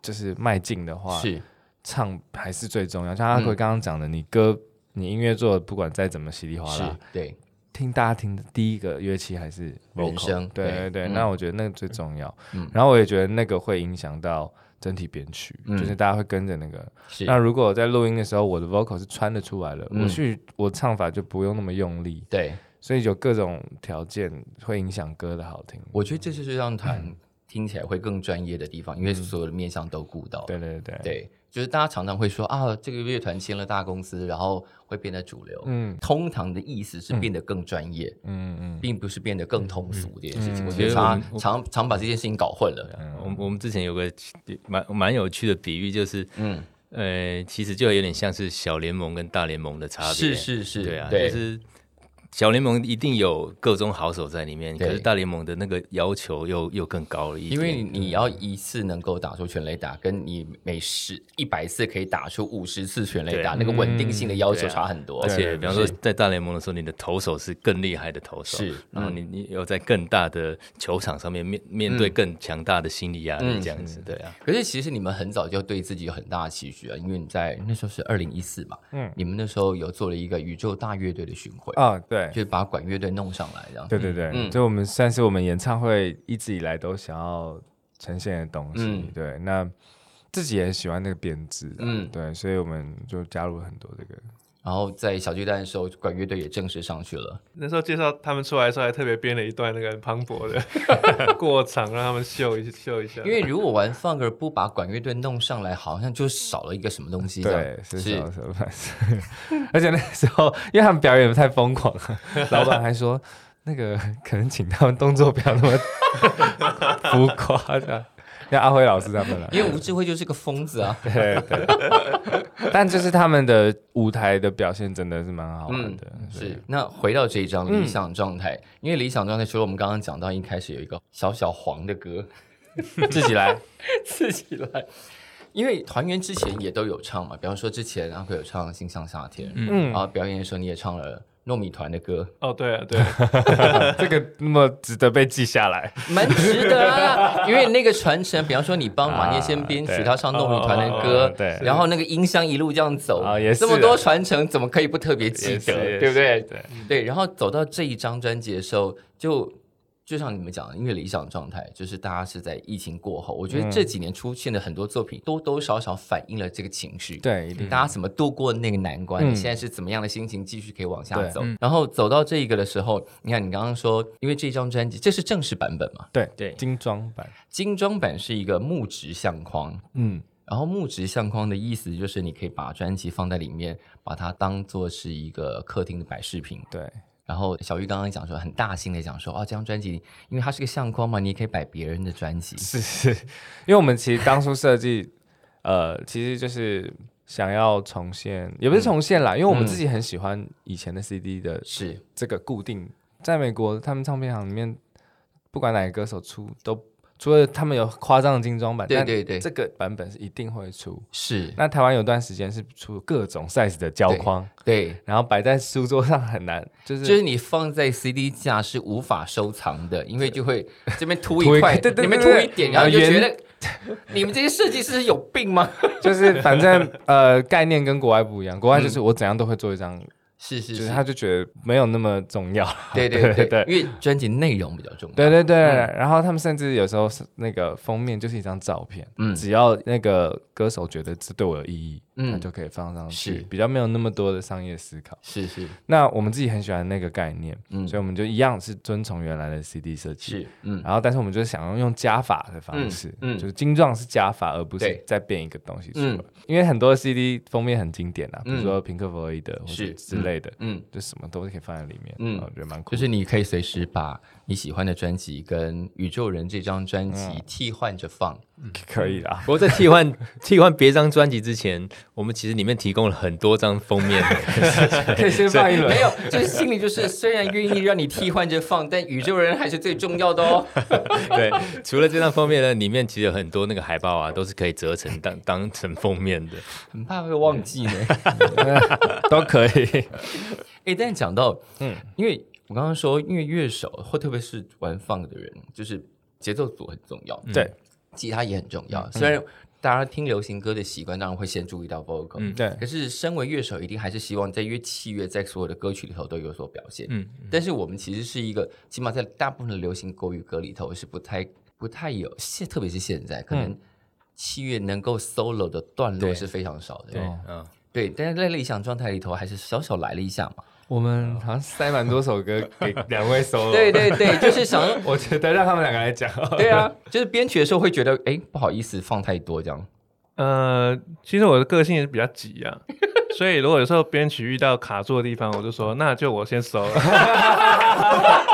Speaker 4: 就是迈进的话，
Speaker 1: 是
Speaker 4: 唱还是最重要。像阿
Speaker 1: 嗯
Speaker 4: 奎刚刚讲的，你歌、你音乐做的不管再怎么稀里哗
Speaker 1: 是
Speaker 4: 啦，，
Speaker 1: 对，
Speaker 4: 听大家听的第一个乐器还是 vocal,
Speaker 1: 人声
Speaker 4: 对
Speaker 1: 对
Speaker 4: 对对。
Speaker 1: 嗯
Speaker 4: 那我觉得那个最重要。
Speaker 1: 嗯
Speaker 4: 然后我也觉得那个会影响到整体编曲，
Speaker 1: 嗯
Speaker 4: 就是大家会跟着那个。
Speaker 1: 是
Speaker 4: 那如果我在录音的时候，我的 vocal 是穿得出来了，
Speaker 1: 嗯
Speaker 4: 我去我唱法就不用那么用力，
Speaker 1: 对，
Speaker 4: 所以有各种条件会影响歌的好听。
Speaker 1: 我觉得这就是让
Speaker 4: 嗯
Speaker 1: 弹听起来会更专业的地方，因为所有的面向都顾到，
Speaker 4: 对对对，
Speaker 1: 对，就是大家常常会说啊，这个乐团签了大公司，然后会变得主流，
Speaker 4: 嗯
Speaker 1: 通常的意思是变得更专业，
Speaker 4: 嗯嗯，
Speaker 1: 并不是变得更通俗这件事嗯情。我
Speaker 5: 其
Speaker 1: 觉
Speaker 5: 实
Speaker 1: 得
Speaker 5: 我
Speaker 1: 常
Speaker 5: 们
Speaker 1: 常常把这件事情搞混了。
Speaker 5: 我们我们之前有个蛮蛮有趣的比喻，就是
Speaker 1: 嗯，
Speaker 5: 呃，其实就有点像是小联盟跟大联盟的差别，
Speaker 1: 是是是，
Speaker 5: 对啊，
Speaker 1: 对
Speaker 5: 就是小联盟一定有各种好手在里面，
Speaker 1: 对
Speaker 5: 可是大联盟的那个要求又又更高了一点，
Speaker 1: 因为你要一次能够打出全垒打，跟你每十一百次可以打出五十次全垒打，那个稳定性的要求
Speaker 5: 对啊
Speaker 1: 差很多。
Speaker 5: 而且比方说
Speaker 1: 是
Speaker 5: 在大联盟的时候，你的投手是更厉害的投手，
Speaker 1: 是嗯
Speaker 5: 然后你你有在更大的球场上面面面对更强大的心理压力，
Speaker 1: 嗯
Speaker 5: 这样子，对啊，
Speaker 1: 可是其实你们很早就对自己有很大的期许啊，因为你在那时候是二零一四嘛，嗯，你们那时候有做了一个宇宙大乐队的巡回，
Speaker 4: 啊对。
Speaker 1: 就是把管乐队弄上来这样。
Speaker 4: 对对对，
Speaker 1: 嗯
Speaker 4: 就我们算是我们演唱会一直以来都想要呈现的东西。
Speaker 1: 嗯
Speaker 4: 对，那自己也喜欢那个编制、嗯
Speaker 1: 嗯，
Speaker 4: 对，所以我们就加入了很多这个。
Speaker 1: 然后在小巨蛋的时候，管乐队也正式上去了。
Speaker 3: 那时候介绍他们出来的时候，还特别编了一段那个很磅礴 的过场，让他们秀一秀一下。
Speaker 1: 因为如果玩 funk 不把管乐队弄上来，好像就少了一个什么东西这
Speaker 4: 对
Speaker 1: 样。，
Speaker 4: 是什么什么， 而且那时候因为他们表演太疯狂了， 老板还说那个可能请他们动作不要那么浮夸的， 像阿辉老师他们了。啊
Speaker 1: 因为吴智慧就是个疯子啊。
Speaker 4: 对对，但就是他们的舞台的表现真的是蛮好玩
Speaker 1: 嗯
Speaker 4: 的，所以
Speaker 1: 是，那回到这一张
Speaker 4: 嗯
Speaker 1: 理想状态，因为理想状态除了我们刚刚讲到一开始有一个小小黄的歌， 自己来，自己来，因为团员之前也都有唱嘛，比方说之前阿奎有唱《心向夏天》，
Speaker 4: 嗯
Speaker 1: 然后表演的时候你也唱了糯米团的歌，
Speaker 3: 哦，对啊，对啊，
Speaker 4: 这个那么值得被记下来。
Speaker 1: 蛮值得啊，因为那个传承，比方说你帮马念先编
Speaker 4: 啊
Speaker 1: 曲，
Speaker 4: 对
Speaker 1: 他唱糯米团的
Speaker 4: 哦
Speaker 1: 歌，
Speaker 4: 对
Speaker 1: 然后那个音箱一路这样走，
Speaker 4: 啊也是
Speaker 1: 这么多传承，怎么可以不特别记
Speaker 4: 也
Speaker 1: 得
Speaker 4: 是，也是
Speaker 1: 对不对？
Speaker 4: 对
Speaker 1: 对，然后走到这一张专辑的时候，就就像你们讲的，因为理想状态就是大家是在疫情过后，我觉得这几年出现的很多作品多多少少反映了这个情绪，
Speaker 4: 对，一定
Speaker 1: 大家怎么度过那个难关？
Speaker 4: 嗯
Speaker 1: 你现在是怎么样的心情继续可以往下
Speaker 4: 对
Speaker 1: 走？然后走到这一个的时候，你看你刚刚说，因为这张专辑这是正式版本嘛，
Speaker 4: 对
Speaker 5: 对
Speaker 4: 精装版，
Speaker 1: 精装版是一个木质相框，
Speaker 4: 嗯，
Speaker 1: 然后木质相框的意思就是你可以把专辑放在里面，把它当做是一个客厅的摆饰品。
Speaker 4: 对，
Speaker 1: 然后小玉刚刚讲说，很大心的讲说，哦，这张专辑因为它是个相框嘛，你也可以摆别人的专辑。
Speaker 4: 是是，因为我们其实当初设计，呃，其实就是想要重现，也不是重
Speaker 1: 嗯
Speaker 4: 现啦，因为我们自己很喜欢以前的 CD 的
Speaker 1: 是，
Speaker 4: 这个固定，在美国他们唱片行里面，不管哪个歌手出都。除了他们有夸张的精装版，
Speaker 1: 对
Speaker 4: 但
Speaker 1: 对对
Speaker 4: 这个版本是一定会出。
Speaker 1: 是，
Speaker 4: 那台湾有段时间是出各种 size 的胶
Speaker 1: 对
Speaker 4: 框，
Speaker 1: 对，
Speaker 4: 然后摆在书桌上很难，就是
Speaker 1: 就是你放在 CD 架是无法收藏的，因为就会这边凸
Speaker 4: 凸一
Speaker 1: 一块，
Speaker 4: 对对对
Speaker 1: 那边
Speaker 4: 对
Speaker 1: 凸
Speaker 4: 对
Speaker 1: 一点，然后
Speaker 4: 然
Speaker 1: 你
Speaker 4: 后
Speaker 1: 就觉
Speaker 4: 圆
Speaker 1: 得 你们这些设计师是有病吗？
Speaker 4: 就是反正呃概念跟国外不一样，国外就是我怎样都会做一张
Speaker 1: 是嗯是，
Speaker 4: 就是是他就觉得没有那么重 要。
Speaker 1: 对对对
Speaker 4: 对对
Speaker 1: 因为专辑内容比较重要。
Speaker 4: 对对对，然后他们甚至有时候是那个封面就是一张照片，
Speaker 1: 嗯
Speaker 4: 只要那个歌手觉得这对我有意义，
Speaker 1: 嗯
Speaker 4: 嗯，他就可以放上去，
Speaker 1: 是
Speaker 4: 比较没有那么多的商业思考。
Speaker 1: 是是
Speaker 4: 那我们自己很喜欢那个概念，
Speaker 1: 嗯
Speaker 4: 所以我们就一样是遵从原来的 CD 设计，
Speaker 1: 是，嗯
Speaker 4: 然后但是我们就是想要用加法的方式，
Speaker 1: 嗯嗯
Speaker 4: 就是精壮是加法，而不
Speaker 1: 对
Speaker 4: 是再变一个东西出来，
Speaker 1: 嗯
Speaker 4: 因为很多 CD 封面很经典啊，比
Speaker 1: 嗯
Speaker 4: 如说平克·弗洛伊德或
Speaker 1: 是
Speaker 4: 者之类的，
Speaker 1: 嗯，
Speaker 4: 就什么都可以放在里面，
Speaker 1: 嗯
Speaker 4: 嗯，我觉得蛮酷
Speaker 1: 就
Speaker 4: 的。
Speaker 1: 是你可以随时把你喜欢的专辑跟《宇宙人》这张专辑替换着放。
Speaker 4: 可以啦，
Speaker 5: 不过在替 换替换别张专辑之前，我们其实里面提供了很多张封面，
Speaker 4: 可以先放一 轮，
Speaker 1: 没有，就是心里就是虽然愿意让你替换着放，但《宇宙人》还是最重要的 哦。
Speaker 5: 对，除了这张封面呢，里面其实有很多那个海报啊，都是可以折成当当成封面的。
Speaker 1: 很怕会忘记 呢。
Speaker 4: 都可以。
Speaker 1: 哎，但讲到，嗯，因为我刚刚说，因为乐手或特别是玩放的人，就是节奏组很重要，
Speaker 4: 对，
Speaker 1: 吉他也很重要。虽然大家听流行歌的习惯，当然会先注意到 vocal，、
Speaker 5: 嗯
Speaker 4: 对
Speaker 1: 可是身为乐手，一定还是希望在乐器乐在所有的歌曲里头都有所表现。
Speaker 5: 嗯，
Speaker 1: 但是我们其实是一个，起码在大部分的流行国语歌里头是不太不太有，现特别是现在可能器乐能够 solo 的段落
Speaker 5: 嗯对
Speaker 1: 是非常少的。
Speaker 5: 对，
Speaker 1: 哦
Speaker 5: 嗯、
Speaker 1: 对，但是在理想状态里头还是小小来了一下嘛。
Speaker 4: 我们好像塞蛮多首歌给两位 solo，
Speaker 1: 对，对 对，就是想要
Speaker 4: 我觉得让他们两个 来讲。
Speaker 1: 对啊，就是编曲的时候会觉得，哎，不好意思放太多这样。
Speaker 3: 呃，其实我的个性也是比较急 啊，所以如果有时候编曲遇到卡住的地方，我就说那就我先 收了，哦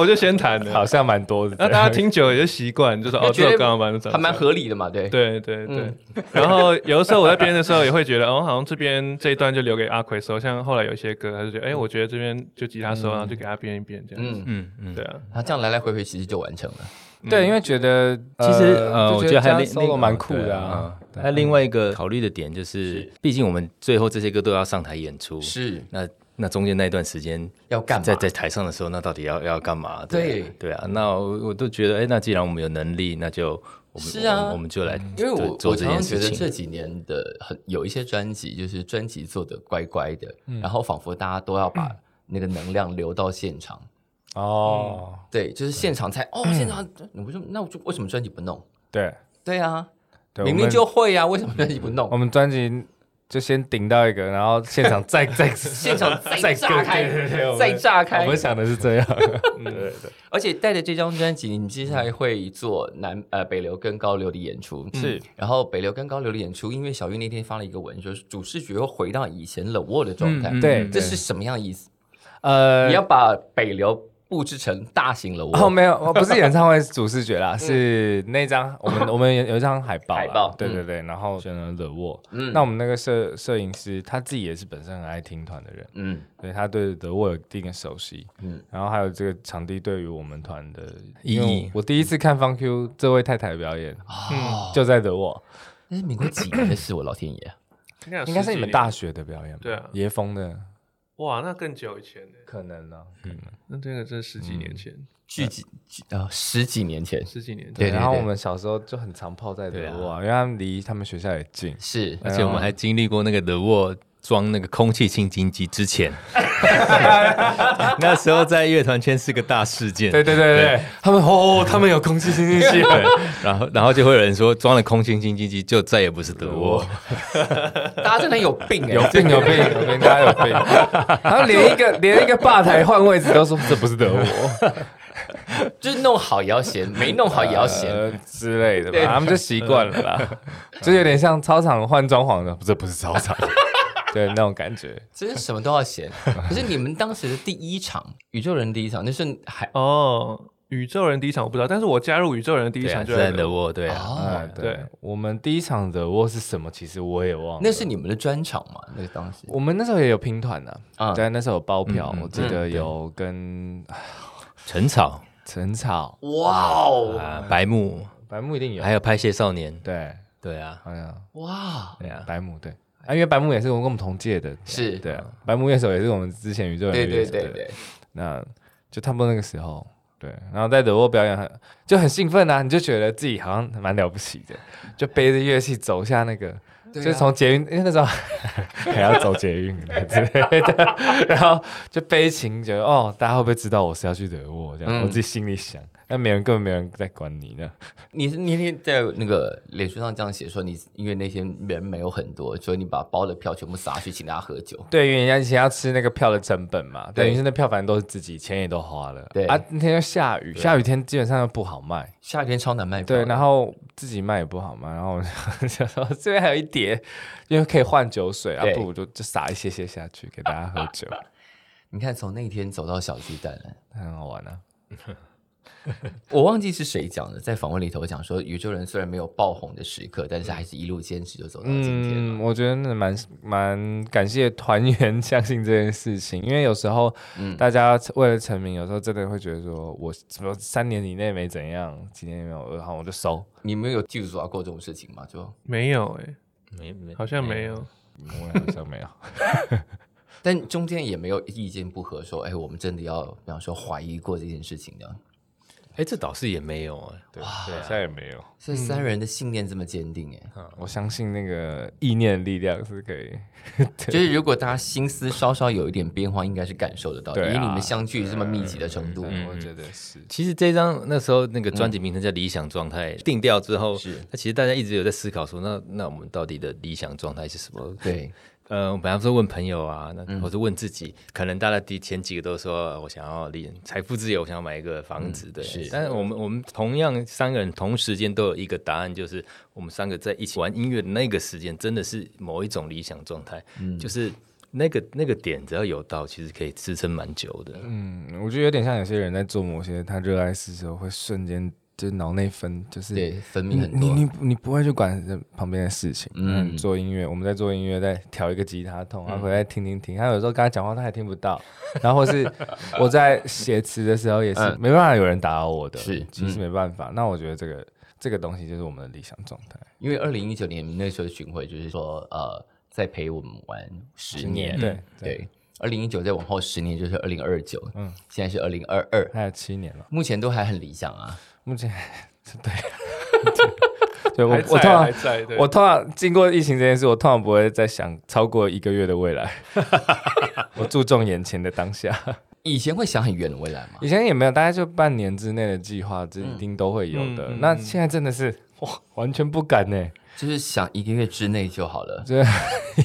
Speaker 3: 我就先弹了。
Speaker 4: 好像蛮多的。
Speaker 3: 那大家听久了也就习惯，就说
Speaker 1: 那
Speaker 3: 哦，
Speaker 1: 觉
Speaker 3: 这
Speaker 1: 得
Speaker 3: 首刚刚蛮
Speaker 1: 还蛮合理的嘛，对。
Speaker 3: 对对对，
Speaker 1: 嗯
Speaker 3: 然后有的时候我在编的时候也会觉得，哦，好像这边这一段就留给阿奎收，像后来有一些歌，他就觉得，哎，我觉得这边就吉他收，然后就给他编一编这样子。
Speaker 1: 嗯，
Speaker 5: 嗯嗯，
Speaker 3: 对啊，
Speaker 1: 然后这样来来回回其实就完成了。
Speaker 4: 对，因为觉得
Speaker 5: 其实呃，我
Speaker 4: 就
Speaker 5: 觉得还有
Speaker 4: 这
Speaker 5: 另
Speaker 4: 样
Speaker 5: 另
Speaker 4: solo 蛮酷的啊。
Speaker 5: 嗯那另外一个考虑的点就是，毕竟我们最后这些歌都要上台演出，
Speaker 1: 是
Speaker 5: 那那中间那一段时间
Speaker 1: 要干嘛？
Speaker 5: 在在台上的时候，那到底要要干嘛？
Speaker 1: 对
Speaker 5: 对啊，那我我都觉得，哎，那既然我们有能力，那就我们
Speaker 1: 是啊
Speaker 5: 我们我们就来
Speaker 1: 因为我
Speaker 5: 做做
Speaker 1: 我
Speaker 5: 这
Speaker 1: 常
Speaker 5: 件
Speaker 1: 常觉
Speaker 5: 事
Speaker 1: 得
Speaker 5: 情。
Speaker 1: 这几年的很有一些专辑，就是专辑做的乖乖的，
Speaker 4: 嗯
Speaker 1: 然后仿佛大家都要把那个能量留到现场，
Speaker 4: 哦，
Speaker 1: 对，就是现场才哦，现场
Speaker 4: 嗯
Speaker 1: 你不是那我就为什么专辑不弄？
Speaker 4: 对，
Speaker 1: 对啊，
Speaker 4: 对
Speaker 1: 明
Speaker 4: 我
Speaker 1: 明
Speaker 4: 们
Speaker 1: 就会啊，为什么专辑不
Speaker 4: 我
Speaker 1: 弄？
Speaker 4: 们专辑就先顶到一个，然后现场 再再
Speaker 1: 现 场再炸
Speaker 4: 对对对
Speaker 1: 开，
Speaker 4: 我们
Speaker 1: 再炸
Speaker 4: 我
Speaker 1: 开
Speaker 4: 们，想的是这样。
Speaker 1: 而且带着这张专辑，你接下来会做南呃北流跟高流的演出，
Speaker 4: 嗯
Speaker 1: 是。然后北流跟高流的演出，因为小玉那天发了一个文，就是主视觉又回到以前冷沃的状态，
Speaker 5: 嗯
Speaker 4: 对，
Speaker 1: 这是什么样的意思？
Speaker 4: 呃
Speaker 1: 嗯你要把北流布置成大型了我，嗯
Speaker 4: 哦，没有，我不是演唱会主视觉啦，是那张 我们我们有有一张海报啦，
Speaker 1: 海报
Speaker 4: 对对
Speaker 1: 嗯
Speaker 4: 对，然后选了 The Wall。
Speaker 1: 嗯
Speaker 4: 那我们那个摄摄影师他自己也是本身很爱听团的人，
Speaker 1: 嗯
Speaker 4: 所以他对 The Wall 有一定的熟悉。
Speaker 1: 嗯
Speaker 4: 嗯，然后还有这个场地对于我们团的
Speaker 5: 意义
Speaker 4: 因为我第一次看方 Q 这位太太的表演，
Speaker 3: 嗯
Speaker 1: 哦，
Speaker 4: 就在 The Wall，
Speaker 1: 那是民国几年的事，我老天爷，
Speaker 3: 有
Speaker 4: 应该是你们
Speaker 3: 十几年
Speaker 4: 大学的表演吧？
Speaker 3: 对啊
Speaker 4: 椰风的
Speaker 3: 哇，那更久以前呢，
Speaker 4: 可能
Speaker 1: 哦
Speaker 4: 呢。
Speaker 3: 那这个真是十几年
Speaker 4: 嗯
Speaker 3: 前，
Speaker 1: 距几几呃十几年前
Speaker 3: 十几年
Speaker 1: 对
Speaker 3: 前。
Speaker 4: 然后我们小时候就很常泡在 The
Speaker 5: 对啊
Speaker 4: Wall，、因为他们离他们学校也近。
Speaker 1: 是
Speaker 5: 而且我们还经历过那个 The Wall 装那个空气清新机之前，那时候在乐团圈是个大事件。
Speaker 4: 对对对对，他们哦，他们有空气清新器。
Speaker 5: 对，然后然后就会有人说，装了空气清新机就再也不是德沃。
Speaker 1: 大家真的有病哎，
Speaker 4: 有病有病有病，大家有病。 然后连一个连一个吧台换位置都说 这不是德国
Speaker 1: 就是弄好也要嫌，没弄好也要 嫌，
Speaker 4: 呃之类的
Speaker 1: 对
Speaker 4: 吧，他们就习惯了啦， 就有点像操场换装潢的， 这不是操场，对那种感觉。
Speaker 1: 真是什么都要嫌。可是你们当时的第一场宇宙人第一场，那是还
Speaker 3: 哦，宇宙人第一场我不知道，但是我加入宇宙人第一
Speaker 5: 对啊，
Speaker 3: 场
Speaker 5: 是
Speaker 3: 就
Speaker 5: 在
Speaker 3: 在
Speaker 5: 德沃，对啊，
Speaker 4: 啊
Speaker 1: 哦，，
Speaker 4: 对
Speaker 3: 对，
Speaker 4: 我们第一场的沃是什么？其实我也忘了。
Speaker 1: 那是你们的专场嘛？那个当时
Speaker 4: 我们那时候也有拼团的
Speaker 1: 啊，
Speaker 4: 对，那时候有包票
Speaker 5: 嗯嗯，
Speaker 4: 我记得有跟啊
Speaker 5: 陈草
Speaker 4: 陈草、
Speaker 1: 哇哦
Speaker 5: 啊，白木，
Speaker 4: 白木一定有
Speaker 1: 哎
Speaker 5: 还，有拍谢少年，
Speaker 4: 对，
Speaker 5: 对啊，
Speaker 4: 好像
Speaker 1: 哇，
Speaker 5: 对啊，
Speaker 4: 白木对。啊，因为白木也是我们跟我们同届的，
Speaker 1: 哎是
Speaker 4: 对啊，白木乐手也是我们之前宇宙人
Speaker 1: 对
Speaker 4: 的乐
Speaker 1: 对
Speaker 4: 手
Speaker 1: 对。对，
Speaker 4: 那就差不多那个时候，对。然后在德国表演很就很兴奋啊，你就觉得自己好像蛮了不起的，就背着乐器走下那个
Speaker 1: 对啊
Speaker 4: 就是从捷运，因为 那时候还要走捷运之类的，然后就悲情，觉得哦，大家会不会知道我是要去惹我这样？
Speaker 1: 嗯
Speaker 4: 我自己心里想，但没人，根本没人在管你呢。
Speaker 1: 你是你你在那个脸书上这样写说你因为那些人没有很多，所以你把包的票全部撒去请大家喝酒。
Speaker 4: 对，因为人家以前要吃那个票的成本嘛，
Speaker 1: 对
Speaker 4: 等于是那票反正都是自己，钱也都花了。
Speaker 1: 对
Speaker 4: 啊，那天又下雨，下雨天基本上都不好卖。
Speaker 1: 夏天超难卖票的，
Speaker 4: 对，然后自己卖也不好嘛，然后我就 想说这边还有一碟，因为可以换酒水啊
Speaker 1: 对，
Speaker 4: 不如就就撒一些些下去给大家喝酒，
Speaker 1: 你看从那天走到小巨蛋了。
Speaker 4: 很好 玩啊。
Speaker 1: 我忘记是谁讲的，在访问里头讲说，宇宙人虽然没有爆红的时刻，但是还是一路坚持就走到今天了。
Speaker 4: 嗯，我觉得那蛮蛮感谢团员相信这件事情，因为有时候大家为了成名，有时候真的会觉得说我什么三年以内没怎样，几年没有，然后我就 收。
Speaker 1: 你们有记住抓过这种事情吗？就，
Speaker 3: 没有哎、
Speaker 5: 没没，
Speaker 3: 好像没有。
Speaker 4: 我好像没有，
Speaker 1: 但中间也没有意见不合，说，哎，我们真的要，比方说怀疑过这件事情的。
Speaker 5: 哎，这倒是也没有哎，对对
Speaker 4: 好
Speaker 5: 啊
Speaker 4: 像也没有。嗯
Speaker 1: 所以三人的信念这么坚定，哎、
Speaker 4: 我相信那个意念的力量是可以。
Speaker 1: 就是如果大家心思稍稍有一点变化，应该是感受得到，
Speaker 4: 对啊
Speaker 1: 以你们相聚这么密集的程度，
Speaker 4: 嗯我觉得是。
Speaker 5: 其实这张那时候那个专辑名称叫《理想状态》，定调之后，
Speaker 1: 是
Speaker 5: 那其实大家一直有在思考说，那那我们到底的理想状态是什么？
Speaker 1: 对，啊
Speaker 5: 呃，我本来说问朋友啊，那或者问自己，可能大家第前几个都说呃我想要理财富自由，我想要买一个房子，对。
Speaker 1: 是
Speaker 5: 但是我们我们同样三个人同时间都有一个答案，就是我们三个在一起玩音乐的那个时间，真的是某一种理想状态，就是那个那个点只要有到，其实可以支撑蛮久的。
Speaker 4: 嗯，我觉得有点像有些人在做某些他热爱的事的时候，会瞬间就是脑内分，就是
Speaker 1: 对，分
Speaker 4: 你
Speaker 1: 泌很
Speaker 4: 你
Speaker 1: 多，
Speaker 4: 你不你不会去管人旁边的事情。
Speaker 1: 嗯嗯
Speaker 4: 嗯，做音乐，我们在做音乐，在调一个吉他痛，他回来听听听。他有时候跟他讲话，他还听不到。然后或 是我在写词的时候，也是
Speaker 1: 嗯
Speaker 4: 没办法有人打扰我的，
Speaker 1: 是嗯
Speaker 4: 其实没办法。那我觉得这个这个东西就是我们的理想状态。
Speaker 1: 因为二零一九年那时候的巡回就是说，呃，在陪我们玩十年，
Speaker 4: 对
Speaker 1: 嗯对，二零一九再往后十年就是二零二九，嗯，现在是二零二二，
Speaker 4: 还有七年了，
Speaker 1: 目前都还很理想啊。
Speaker 4: 目前 对 对，我
Speaker 3: 还
Speaker 4: 我通
Speaker 3: 在
Speaker 4: 常
Speaker 3: 还在，对
Speaker 4: 我通常经过疫情这件事，我通常不会再想超过一个月的未 来，我注重眼前的当下。
Speaker 1: 以前会想很远的未来嘛，
Speaker 4: 以前也没有，大概就半年之内的计划，这一定都会有的。
Speaker 3: 嗯嗯
Speaker 4: 那
Speaker 3: 嗯
Speaker 4: 现在真的是哇，完全不敢呢，
Speaker 1: 就是想一个月之内就好了。
Speaker 4: 这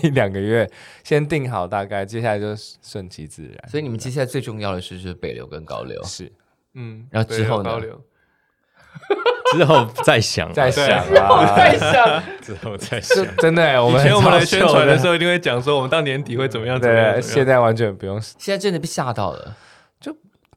Speaker 4: 一两个月先定好大概，接下来就顺其自然。
Speaker 1: 所以你们接下来最重要的是是北流跟高流，
Speaker 4: 是
Speaker 3: 嗯，
Speaker 1: 然后之后呢
Speaker 3: 对有高流
Speaker 5: 之后再想，啊
Speaker 4: 在想
Speaker 1: 我
Speaker 4: 啊，
Speaker 1: 在想，
Speaker 5: 之后再 想
Speaker 4: 就。真的欸，我们
Speaker 3: 以前我们来宣传的时
Speaker 4: 候，
Speaker 3: 候，一定会讲说我们到年底会怎么样怎么样。怎
Speaker 4: 对，
Speaker 3: 么样
Speaker 4: 现在完全不用
Speaker 1: 现在真的被吓到了。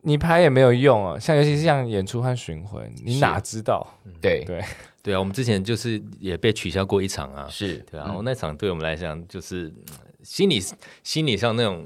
Speaker 4: 你拍也没有用啊，像尤其是像演出和巡回，你哪知道？
Speaker 1: 嗯对，
Speaker 4: 对，
Speaker 5: 对啊，我们之前就是也被取消过一场啊，
Speaker 1: 是，
Speaker 5: 对啊，然后那场对我们来讲就是嗯心理心理上那种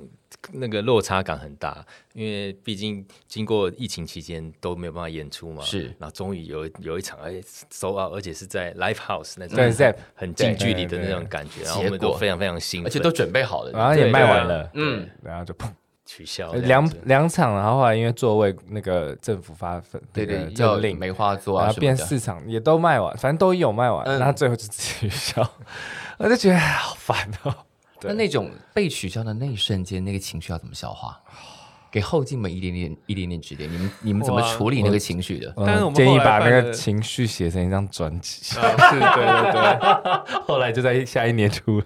Speaker 5: 那个落差感很大，因为毕竟经过疫情期间都没有办法演出嘛，
Speaker 1: 是
Speaker 5: 然后终于有有一场哎收啊，而且是在 live house 那种
Speaker 4: 对 Zep
Speaker 5: 很近距离的
Speaker 4: 对
Speaker 5: 那
Speaker 4: 对
Speaker 5: 种感觉，然后我
Speaker 1: 结
Speaker 5: 们都
Speaker 1: 果
Speaker 5: 非常非常兴
Speaker 1: 而
Speaker 5: 奋，
Speaker 1: 且都准备好了。
Speaker 4: 然后也卖完了，
Speaker 1: 嗯，
Speaker 4: 然后就砰，呃
Speaker 5: 取消这样
Speaker 4: 两
Speaker 5: 子
Speaker 4: 两场，然后后来因为座位那个政府发分，
Speaker 1: 对
Speaker 4: 那
Speaker 1: 对
Speaker 4: 个，
Speaker 1: 要
Speaker 4: 政令
Speaker 1: 梅花座
Speaker 4: 然
Speaker 1: 啊
Speaker 4: 后
Speaker 1: 什么
Speaker 4: 变
Speaker 1: 的。
Speaker 4: 四场也都卖完，反正都有卖完，
Speaker 1: 嗯
Speaker 4: 然后最后就 取消，我就觉得好烦哦。
Speaker 1: 那那种被取消的那一瞬间，那个情绪要怎么消化？给后进们一点点一点点指点，你们你们怎么
Speaker 3: 哇
Speaker 1: 处理那个情绪的？
Speaker 3: 但是我们
Speaker 4: 嗯建议把
Speaker 3: 后来办
Speaker 4: 那个
Speaker 3: 了
Speaker 4: 情绪写成一张专辑，
Speaker 3: 啊，是对对对。
Speaker 4: 后来就在下一年出了。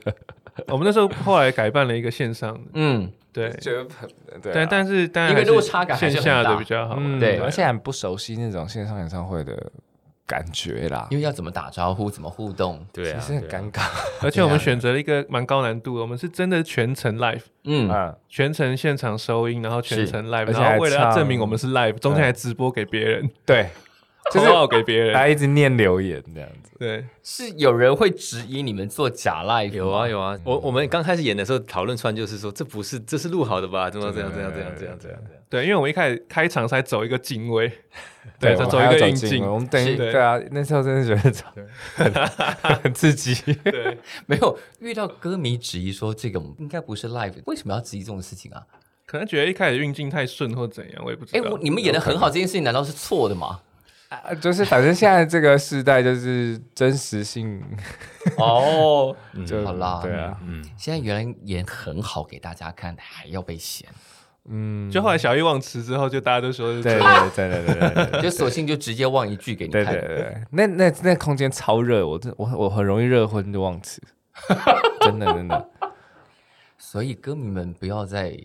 Speaker 3: 我们那时候后来改办了一个线上的，
Speaker 1: 嗯，
Speaker 3: 对，
Speaker 4: 得对啊
Speaker 3: 但但是当然
Speaker 1: 因为
Speaker 3: 还是
Speaker 1: 落差感还
Speaker 3: 线
Speaker 1: 是很
Speaker 3: 下的
Speaker 1: 大
Speaker 3: 比较好。
Speaker 4: 嗯
Speaker 1: 对
Speaker 4: 而且很不熟悉那种线上演唱会的感觉啦
Speaker 1: 因，为要怎么打招呼，怎么互动，
Speaker 5: 对
Speaker 4: 也
Speaker 5: 啊，
Speaker 4: 是很
Speaker 5: 对啊
Speaker 4: 尴尬。
Speaker 3: 而且我们选择了一个蛮高难度的，我们是真的全程 live，
Speaker 1: 嗯，
Speaker 4: 嗯，
Speaker 3: 全程现场收音，然后全
Speaker 1: 是
Speaker 3: 程 live，
Speaker 4: 而且
Speaker 3: 然
Speaker 4: 还
Speaker 3: 后为了要
Speaker 4: 唱
Speaker 3: 证明我们是 live，中间还直播给别人，
Speaker 4: 对，就
Speaker 3: 就是是给别
Speaker 4: 大家
Speaker 3: 人。
Speaker 4: 一直念留言这样子。
Speaker 3: 对，
Speaker 1: 是有人会质疑你们做假 live
Speaker 5: 有啊
Speaker 1: 吗，
Speaker 5: 有啊，我我们刚开始演的时候讨论串就是说这不是这是录好的吧？怎么这样这样这样这样这样这样，
Speaker 3: 对，因为我们一开始开场才走一个敬位，
Speaker 4: 对，我
Speaker 3: 再
Speaker 4: 们
Speaker 3: 走
Speaker 4: 还
Speaker 3: 一
Speaker 4: 要
Speaker 3: 个
Speaker 4: 走
Speaker 3: 运
Speaker 4: 近
Speaker 3: 镜
Speaker 4: 了，我们等于
Speaker 3: 是对
Speaker 4: 对啊，那时候真的觉得超很很刺激。
Speaker 3: 对，
Speaker 1: 没有遇到歌迷质疑说这个应该不是 live，为什么要质疑这种事情啊？
Speaker 3: 可能觉得一开始运镜太顺或怎样，我也不知
Speaker 1: 哎，
Speaker 3: 道
Speaker 1: 我。你们演的很好，这件事情难道是错的吗？
Speaker 4: 啊就是反正现在这个时代就是真实性，
Speaker 1: 哦，
Speaker 4: 就
Speaker 1: 好啦嗯
Speaker 4: 对啊，
Speaker 1: 现在原来演很好给大家看，还要被嫌，
Speaker 4: 嗯，
Speaker 3: 就后来小欲忘词之后，就大家都说是
Speaker 4: 对对对对对对对对
Speaker 1: 就索性就直接忘一句给你
Speaker 4: 对
Speaker 1: 看。
Speaker 4: 对对，那那那空间超热，我真我我很容易热昏就忘词，真的真的，
Speaker 1: 所以歌迷们不要再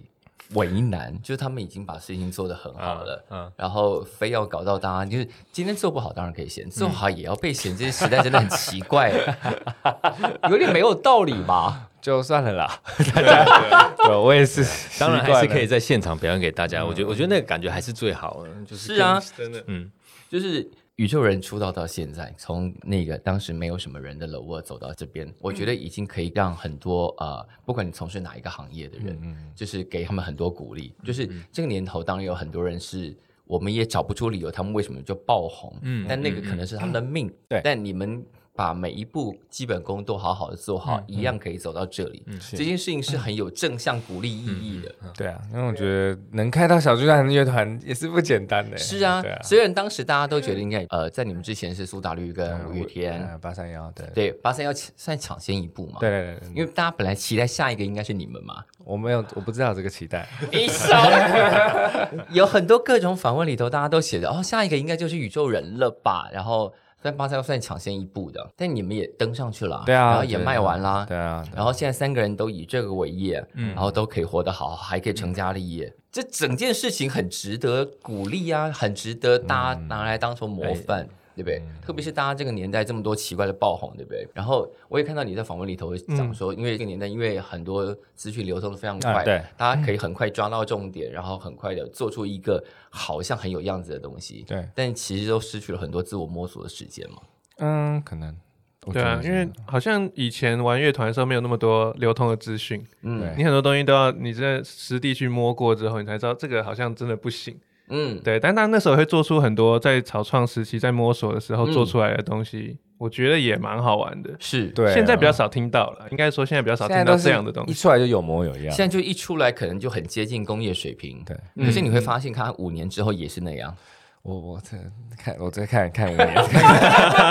Speaker 1: 为难，就是他们已经把事情做得很好了，
Speaker 5: 嗯嗯
Speaker 1: 然后非要搞到大家就是今天做不好当然可以嫌，做好也要被嫌，这些时代真的很奇怪，有点没有道理吧？
Speaker 4: 就算了啦。对，我也是，
Speaker 5: 当然还是可以
Speaker 4: 以。
Speaker 5: 在现场表演给大家。我觉得，我觉得那个感觉还是最好的，就是
Speaker 1: 是啊，
Speaker 3: 真的
Speaker 5: 嗯，
Speaker 1: 就是宇宙人出道到现在，从那个当时没有什么人的楼窝走到这边，我觉得已经可以让很多呃，不管你从事哪一个行业的人，就是给他们很多鼓励。就是这个年头，当然有很多人是。我们也找不出理由，他们为什么就爆红。嗯，但那个可能是他们的命。
Speaker 4: 对
Speaker 1: 但你们把每一步基本功都好好的做好，一样可以走到这里。这件事情嗯是嗯很有正向鼓励意义的。
Speaker 4: 对啊，因为我觉得能开到小巨蛋的乐团也是不简单的。
Speaker 1: 是啊，
Speaker 4: 对啊，
Speaker 1: 虽然当时大家都觉得应该，呃，在你们之前是苏打绿跟五月天，
Speaker 4: 嗯八三幺，对对
Speaker 1: 对，八三幺算抢先一步嘛？
Speaker 4: 对，对对，
Speaker 1: 因为大家本来期待下一个应该是你们嘛。
Speaker 4: 我没有，我不知道这个期待。
Speaker 1: 一首 有很多各种访问里头，大家都写的哦，下一个应该就是宇宙人了吧？然后但八三幺算抢先一步的，但你们也登上去了，
Speaker 4: 对啊
Speaker 1: 然后也
Speaker 4: 对啊
Speaker 1: 卖完啦，
Speaker 4: 对啊，对啊
Speaker 1: 然后现在三个人都以这个为业，
Speaker 4: 嗯
Speaker 1: 然后都可以活得好，还可以成家立业，这整件事情很值得鼓励啊，很值得大家
Speaker 4: 嗯
Speaker 1: 拿来当成
Speaker 4: 哎
Speaker 1: 模范。对不对？特别是大家这个年代这么多奇怪的爆红，对不对？然后我也看到你在访问里头讲说，因为这个年代，因为很多资讯流通的非常快，
Speaker 4: 嗯啊对，
Speaker 1: 大家可以很快抓到重点，然后很快的做出一个好像很有样子的东西，
Speaker 4: 对
Speaker 1: 但其实都失去了很多自我摸索的时间嘛。
Speaker 4: 嗯，可能。我
Speaker 3: 对
Speaker 4: 觉
Speaker 3: 啊，
Speaker 4: 得是
Speaker 3: 因为好像以前玩乐团的时候没有那么多流通的资讯，
Speaker 1: 嗯
Speaker 4: 对
Speaker 3: 你很多东西都要你在实地去摸过之后，你才知道这个好像真的不行。
Speaker 1: 嗯，
Speaker 3: 对，但他那时候会做出很多在草创时期在摸索的时候
Speaker 1: 嗯
Speaker 3: 做出来的东西，我觉得也蛮好玩的。
Speaker 1: 是
Speaker 4: 对啊，
Speaker 3: 现在比较少听到了，应该说现在比较少
Speaker 4: 现
Speaker 3: 听
Speaker 4: 在
Speaker 3: 到
Speaker 4: 都
Speaker 3: 这
Speaker 4: 是
Speaker 3: 样的东
Speaker 4: 一
Speaker 3: 西。
Speaker 4: 出来就有模有样
Speaker 1: 现。在就一出来，可能就很接近工业水平。
Speaker 4: 对，
Speaker 1: 可是你会发现，它五年之后也是那样。
Speaker 4: 我我这看我再看看 五年，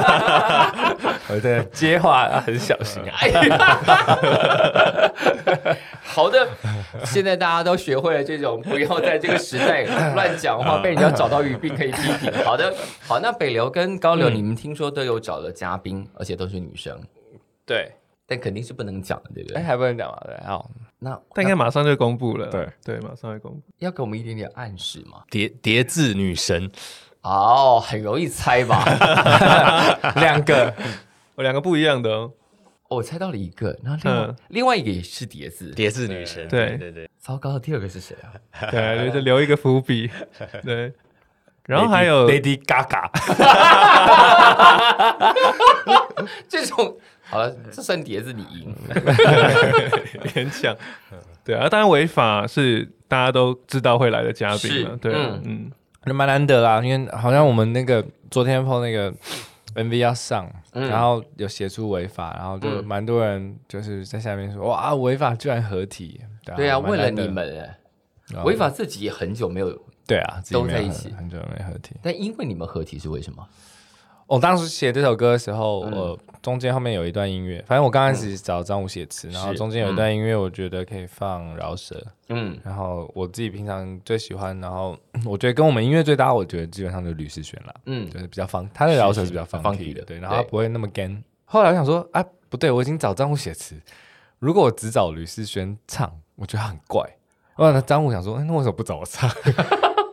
Speaker 4: 我的接话很小心啊。
Speaker 1: 哎呀 好的，现在大家都学会了这种不要在这个时代乱讲话，被人家找到语病可以批评。好的，好，那北流跟高流，你们听说都有找了嘉宾，而且都是女生，
Speaker 4: 对，
Speaker 1: 但肯定是不能讲的，对不
Speaker 4: 哎，
Speaker 1: 对？
Speaker 4: 还不能讲嘛？对，好，
Speaker 1: 那
Speaker 3: 但应该马上就公布了，
Speaker 4: 对
Speaker 3: 对，马上会公布。
Speaker 1: 要给我们一点点暗示嘛？
Speaker 5: 叠叠字女神，
Speaker 1: 哦，很容易猜吧？
Speaker 4: 两个，
Speaker 3: 我两个不一样的 哦，
Speaker 1: 哦我猜到了一个，然后另外
Speaker 3: 嗯
Speaker 1: 另外一个也是叠字。
Speaker 5: 叠字女神，
Speaker 3: 对
Speaker 5: 对对，
Speaker 1: 糟糕，第二个是谁啊？
Speaker 3: 对，就是留一个伏 笔。对，然后还有
Speaker 4: Lady Gaga，
Speaker 1: 这种好了，这算碟子你赢。
Speaker 4: 啊
Speaker 3: 勉强，
Speaker 4: 嗯
Speaker 3: 对啊，当然违法是大家都知道会来的嘉宾
Speaker 1: 是
Speaker 3: 嘛，对啊，嗯，
Speaker 4: 蛮难得啦，因为好像我们那个昨天 PO 那个 MV 要上，
Speaker 1: 嗯
Speaker 4: 然后有写出违法，然后就蛮多人就是在下面说哇，违法居然合体，
Speaker 1: 对啊，
Speaker 4: 蛮
Speaker 1: 为了
Speaker 4: 难得
Speaker 1: 你们，哎
Speaker 4: 啊
Speaker 1: 违法自己也很久没有，
Speaker 4: 对啊，自己
Speaker 1: 都
Speaker 4: 没
Speaker 1: 在
Speaker 4: 有
Speaker 1: 一
Speaker 4: 合
Speaker 1: 起
Speaker 4: 很久没合体。
Speaker 1: 但因为你们合体是为什么？
Speaker 4: 我当时写这首歌的时候，
Speaker 1: 嗯
Speaker 4: 我中间后面有一段音乐，反正我刚开始找张武写词，然后中间有一段音乐，我觉得可以放饶舌，
Speaker 1: 嗯，
Speaker 4: 然后我自己平常最喜欢，然后 我觉得跟我们音乐最搭，我觉得基本上就是吕思璇啦，
Speaker 1: 嗯
Speaker 4: 嗯，就是比较方，他的饶舌是比较
Speaker 1: 是 funky
Speaker 4: 方
Speaker 1: 的
Speaker 4: 的，对，然后他
Speaker 1: 对
Speaker 4: 不会那么干。后来我想说，啊，不对，我已经找张武写词，如果我只找吕思璇唱，我觉得很怪。后来张武想说，哎那为什么不找 我唱？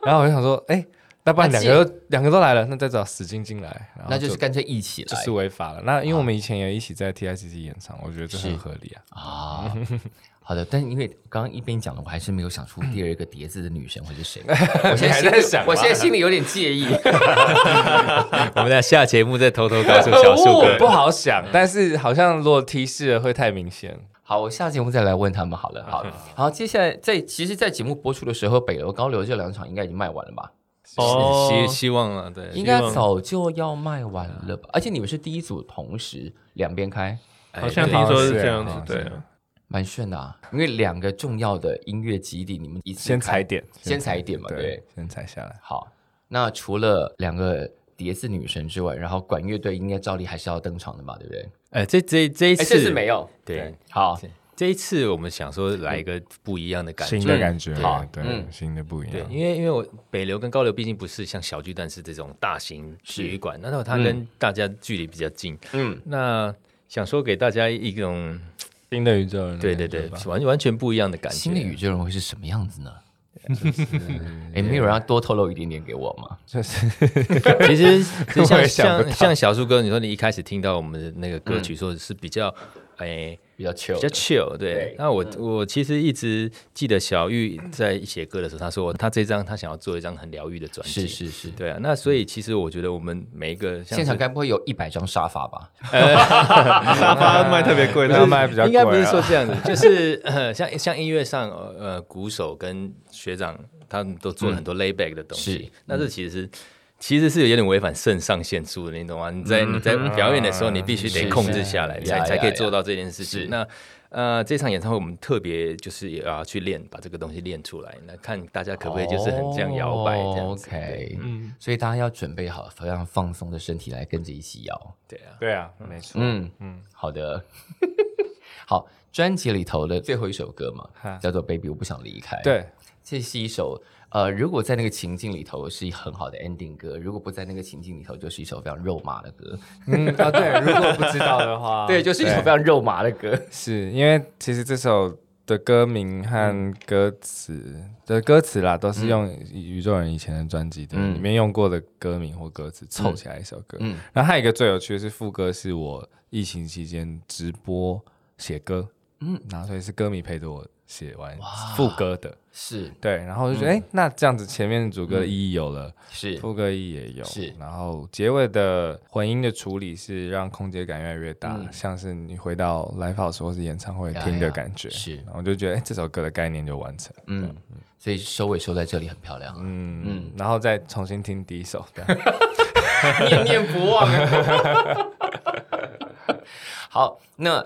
Speaker 4: 然后我就想说，哎，那不然两个都两个都来了，那再找史晶晶来，然后
Speaker 1: 那就是干脆一起来。
Speaker 4: 就是违法了。那因为我们以前也一起在 TICC 演唱，我觉得这很合理啊。
Speaker 1: 啊，好的，但因为刚刚一边讲了，我还是没有想出第二个叠字的女神会是 谁。我现在
Speaker 4: 你还在
Speaker 1: 心
Speaker 4: 想
Speaker 1: 里
Speaker 4: 吗
Speaker 1: 我现在心里有点介 意。
Speaker 5: 我们俩下节目再偷偷告诉小树
Speaker 4: 哦不
Speaker 5: 哥，
Speaker 4: 好想，但是好像如果提示了会太明显。
Speaker 1: 好，我下节目再来问他们好了。好， 好，接下来在其实，在节目播出的时候，北流、高流这两场应该已经卖完了吧？
Speaker 3: 哦
Speaker 5: 希希望啊，对，
Speaker 1: 应该早就要卖完了吧？啊而且你们是第一组同时两边开，
Speaker 5: 哎
Speaker 3: 好像
Speaker 5: 对
Speaker 3: 听说是
Speaker 4: 对
Speaker 3: 这样子
Speaker 4: 好，像
Speaker 3: 对
Speaker 4: 是
Speaker 3: 啊，
Speaker 1: 蛮炫的、啊。因为两个重要的音乐基地，你们一次
Speaker 4: 先
Speaker 1: 开
Speaker 4: 踩点，
Speaker 1: 先踩点嘛，对。，
Speaker 4: 先踩下来。
Speaker 1: 好，那除了两个蝶是女神之外，然后管乐队应该照例还是要登场的嘛，对不对？
Speaker 5: 哎，这这这一
Speaker 1: 哎，
Speaker 5: 次
Speaker 1: 这次没有。
Speaker 5: 对，
Speaker 1: 好，
Speaker 5: 这一次我们想说来一个不一样的感觉
Speaker 4: 新，的感觉，
Speaker 1: 好
Speaker 4: 对，
Speaker 1: 嗯
Speaker 4: 新的不一
Speaker 5: 对，
Speaker 4: 样。
Speaker 5: 因为因为我北流跟高流毕竟不是像小巨蛋是这种大型体育馆，那它跟大家距离比较近，
Speaker 1: 嗯，
Speaker 5: 那想说给大家一种
Speaker 4: 新的宇宙人，
Speaker 5: 对对对，完完全不一样的感觉。
Speaker 1: 新的宇宙人会是什么样 子呢？哎，没有人要多透露一点点给我吗？
Speaker 5: 其实其实
Speaker 4: 我也
Speaker 5: 像
Speaker 4: 想不
Speaker 5: 像像小树哥，你说你一开始听到我们的那个歌曲，说是比较诶、
Speaker 1: 比较 chill，
Speaker 5: 比较 chill，对。
Speaker 1: 对
Speaker 5: 那我、我其实一直记得小玉在写歌的时候，他说他这张他想要做一张很疗愈的专
Speaker 1: 是
Speaker 5: 辑，
Speaker 1: 是是。
Speaker 5: 对啊。那所以其实我觉得我们每一个像
Speaker 1: 现场
Speaker 5: 是
Speaker 1: 该不会有一百张沙发吧？
Speaker 3: 沙发卖特别贵，
Speaker 4: 那卖比较
Speaker 5: 应该不
Speaker 4: 贵
Speaker 5: 是
Speaker 4: 啊
Speaker 5: 说 这样子，就是呃，像像音乐上，呃，鼓手跟学长他们都做了很多 layback 的东
Speaker 1: 嗯是
Speaker 5: 西，那这其实是。其实是有点违反肾上腺素的，你懂吗？你在你在表演的时候，你必须
Speaker 1: 嗯是
Speaker 5: 得控制下来，
Speaker 1: 是
Speaker 5: 才
Speaker 1: 呀
Speaker 5: 才可以
Speaker 1: 呀
Speaker 5: 做
Speaker 1: 呀
Speaker 5: 到这件事情。那呃，这场演唱会我们特别就是也要去练，把这个东西练出来，那看大家可不可以就是很这样摇摆这样子。
Speaker 1: 哦 OK，嗯，所以大家要准备好非常放松的身体来跟着一起摇。
Speaker 5: 对啊，
Speaker 4: 对啊，没错。
Speaker 1: 嗯嗯，好的。 好，专辑里头的最后一首歌嘛
Speaker 4: 哈，
Speaker 1: 叫做《Baby 我不想离开》。，
Speaker 4: 对，
Speaker 1: 这是一首呃，如果在那个情境里头是很好的 ending 歌，如果不在那个情境里头，就是一首非常肉麻的歌。
Speaker 4: 嗯啊，对， 如果不知道的 话，
Speaker 1: 对，就是一首非常肉麻的歌。
Speaker 4: 是因为其实这首的歌名和歌词的歌词啦，都是用宇宙人以前的专辑的
Speaker 1: 嗯
Speaker 4: 里面用过的歌名或歌词凑起来一首歌。
Speaker 1: 嗯
Speaker 4: 然后还有一个最有趣的是副歌，是我疫情期间直播写歌，嗯
Speaker 1: 嗯，
Speaker 4: 然后所以是歌迷陪着我写完副歌的。
Speaker 1: 是
Speaker 4: 对，然后我就觉得，哎、那这样子前面主歌的意义有了，
Speaker 1: 嗯是，
Speaker 4: 副歌意也有，
Speaker 1: 是
Speaker 4: 然后结尾的混音的处理是让空间感越来越大，像是你回到 live house 或是演唱会
Speaker 1: 嗯呀
Speaker 4: 听的
Speaker 1: 呀
Speaker 4: 感觉。
Speaker 1: 是
Speaker 4: 然后我就觉得，哎、这首歌的概念就完成。
Speaker 1: 嗯，所以收尾收在这里很漂亮啊。
Speaker 4: 嗯嗯，然后再重新听第一首， 这样
Speaker 1: 念念不忘。 好，那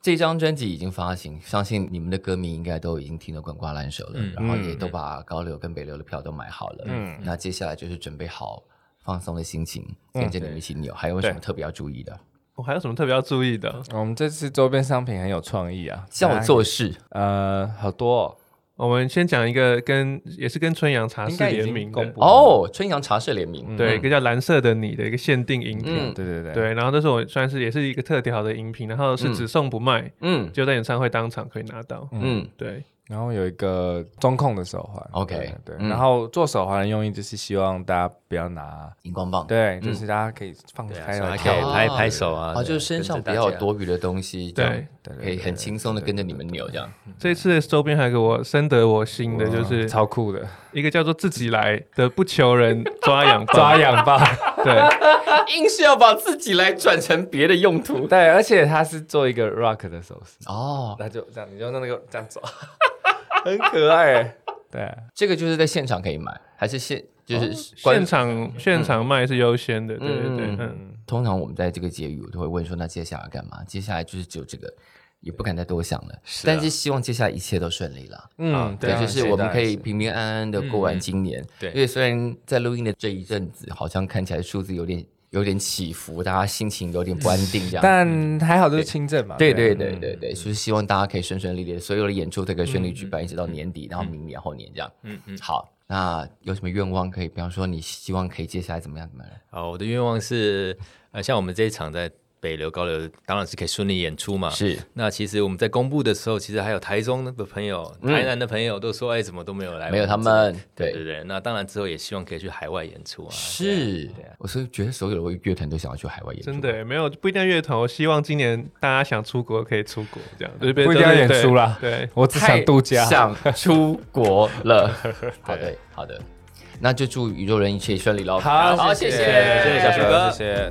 Speaker 1: 这张专辑已经发行，相信你们的歌迷应该都已经听得滚瓜烂熟了，然后也都把高流跟北流的票都买好了。嗯，那接下来就是准备好放松的心情，跟着你们一起扭。还有什么特别要注意的？
Speaker 3: 我还有什么特别要注意的？
Speaker 4: 我们这次周边商品很有创意啊，
Speaker 1: 叫我做事，
Speaker 4: 呃好多、哦，
Speaker 3: 我们先讲一个跟也是跟春阳茶室联名的
Speaker 4: 公，布
Speaker 1: 哦，春阳茶社联名，
Speaker 3: 对，一个叫蓝色的你的一个限定饮品。
Speaker 1: 嗯
Speaker 4: 对对对，
Speaker 3: 对，然后那是我算是也是一个特调的饮品，然后是只送不卖，
Speaker 1: 嗯
Speaker 3: 就在演唱会当场可以拿到。
Speaker 1: 嗯，
Speaker 3: 对，
Speaker 4: 然后有一个中控的手环
Speaker 1: OK，
Speaker 4: 对，
Speaker 1: 嗯
Speaker 4: 然后做手环的用意就是希望大家不要拿，
Speaker 1: 荧光棒，
Speaker 4: 对，就是大家可以放
Speaker 5: 对啊，
Speaker 4: 开
Speaker 5: 所以
Speaker 4: 来
Speaker 5: 还可以
Speaker 4: 跳，
Speaker 5: 拍拍手啊，
Speaker 1: 啊，就是身上不要有
Speaker 5: 多。
Speaker 1: 多余的东西，这样
Speaker 3: 对，
Speaker 4: 对
Speaker 1: 可以很轻松的跟着你们扭，这样
Speaker 3: 这次的周边还给我深得我心的，就是
Speaker 4: 超酷的，
Speaker 3: 一个叫做“自己来”的不求人抓痒
Speaker 4: 抓痒吧。
Speaker 3: 对，
Speaker 1: 硬是要把自己来转成别的用途。
Speaker 4: 对，而且他是做一个 rock 的手势，
Speaker 1: 哦，
Speaker 4: 那就这样，你就用那个 这样走，很可爱欸。对啊，
Speaker 1: 这个就是在现场可以买，还是现就是关、
Speaker 3: 现场现场卖是优先的，对对对，
Speaker 1: 嗯
Speaker 3: 嗯，
Speaker 1: 通常我们在这个结语，我都会问说，那接下来干嘛？接下来就是只有这个，也不敢再多想了。
Speaker 5: 是啊
Speaker 1: 但是希望接下来一切都顺利了。
Speaker 4: 嗯，
Speaker 1: 对，就是我们可以
Speaker 4: 当然
Speaker 1: 平平安安的过完今年。
Speaker 5: 对
Speaker 1: 因为虽然在录音的这一阵子，好像看起来数字有点有点起伏，大家心情有点不安定这样。
Speaker 4: 是，但还好就是轻症嘛。
Speaker 1: 嗯对对
Speaker 4: 啊
Speaker 1: 对对对，就是希望大家可以顺顺利利，所有的演出都可以顺利举办，一直到年底，然后明年后年这样。嗯嗯，好，那有什么愿望可以？比方说，你希望可以接下来怎么样怎么样？
Speaker 5: 啊，我的愿望是，呃，像我们这一场在北流、高流，当然是可以顺利演出嘛。
Speaker 1: 是
Speaker 5: 那其实我们在公布的时候，其实还有台中的朋友、台南的朋友都说，哎，怎么都没有来？
Speaker 1: 嗯没有他。们，
Speaker 5: 对对
Speaker 1: 对，
Speaker 5: 对，那当然之后也希望可以去海外演出啊。
Speaker 1: 是，我所以觉得所有的乐团都想要去海外演出，
Speaker 3: 真的耶没有不一定要乐头，希望今年大家想出国可以出国，这样对
Speaker 4: 不一定要演
Speaker 3: 对
Speaker 4: 出啦
Speaker 3: 对，
Speaker 4: 我只
Speaker 1: 太
Speaker 4: 想度假。
Speaker 1: 想出国了。好的，好的，那就祝宇宙人一切顺利喽。好，谢谢，
Speaker 4: 谢谢小
Speaker 5: 徐
Speaker 4: 徐
Speaker 5: 哥
Speaker 4: 哥，谢谢。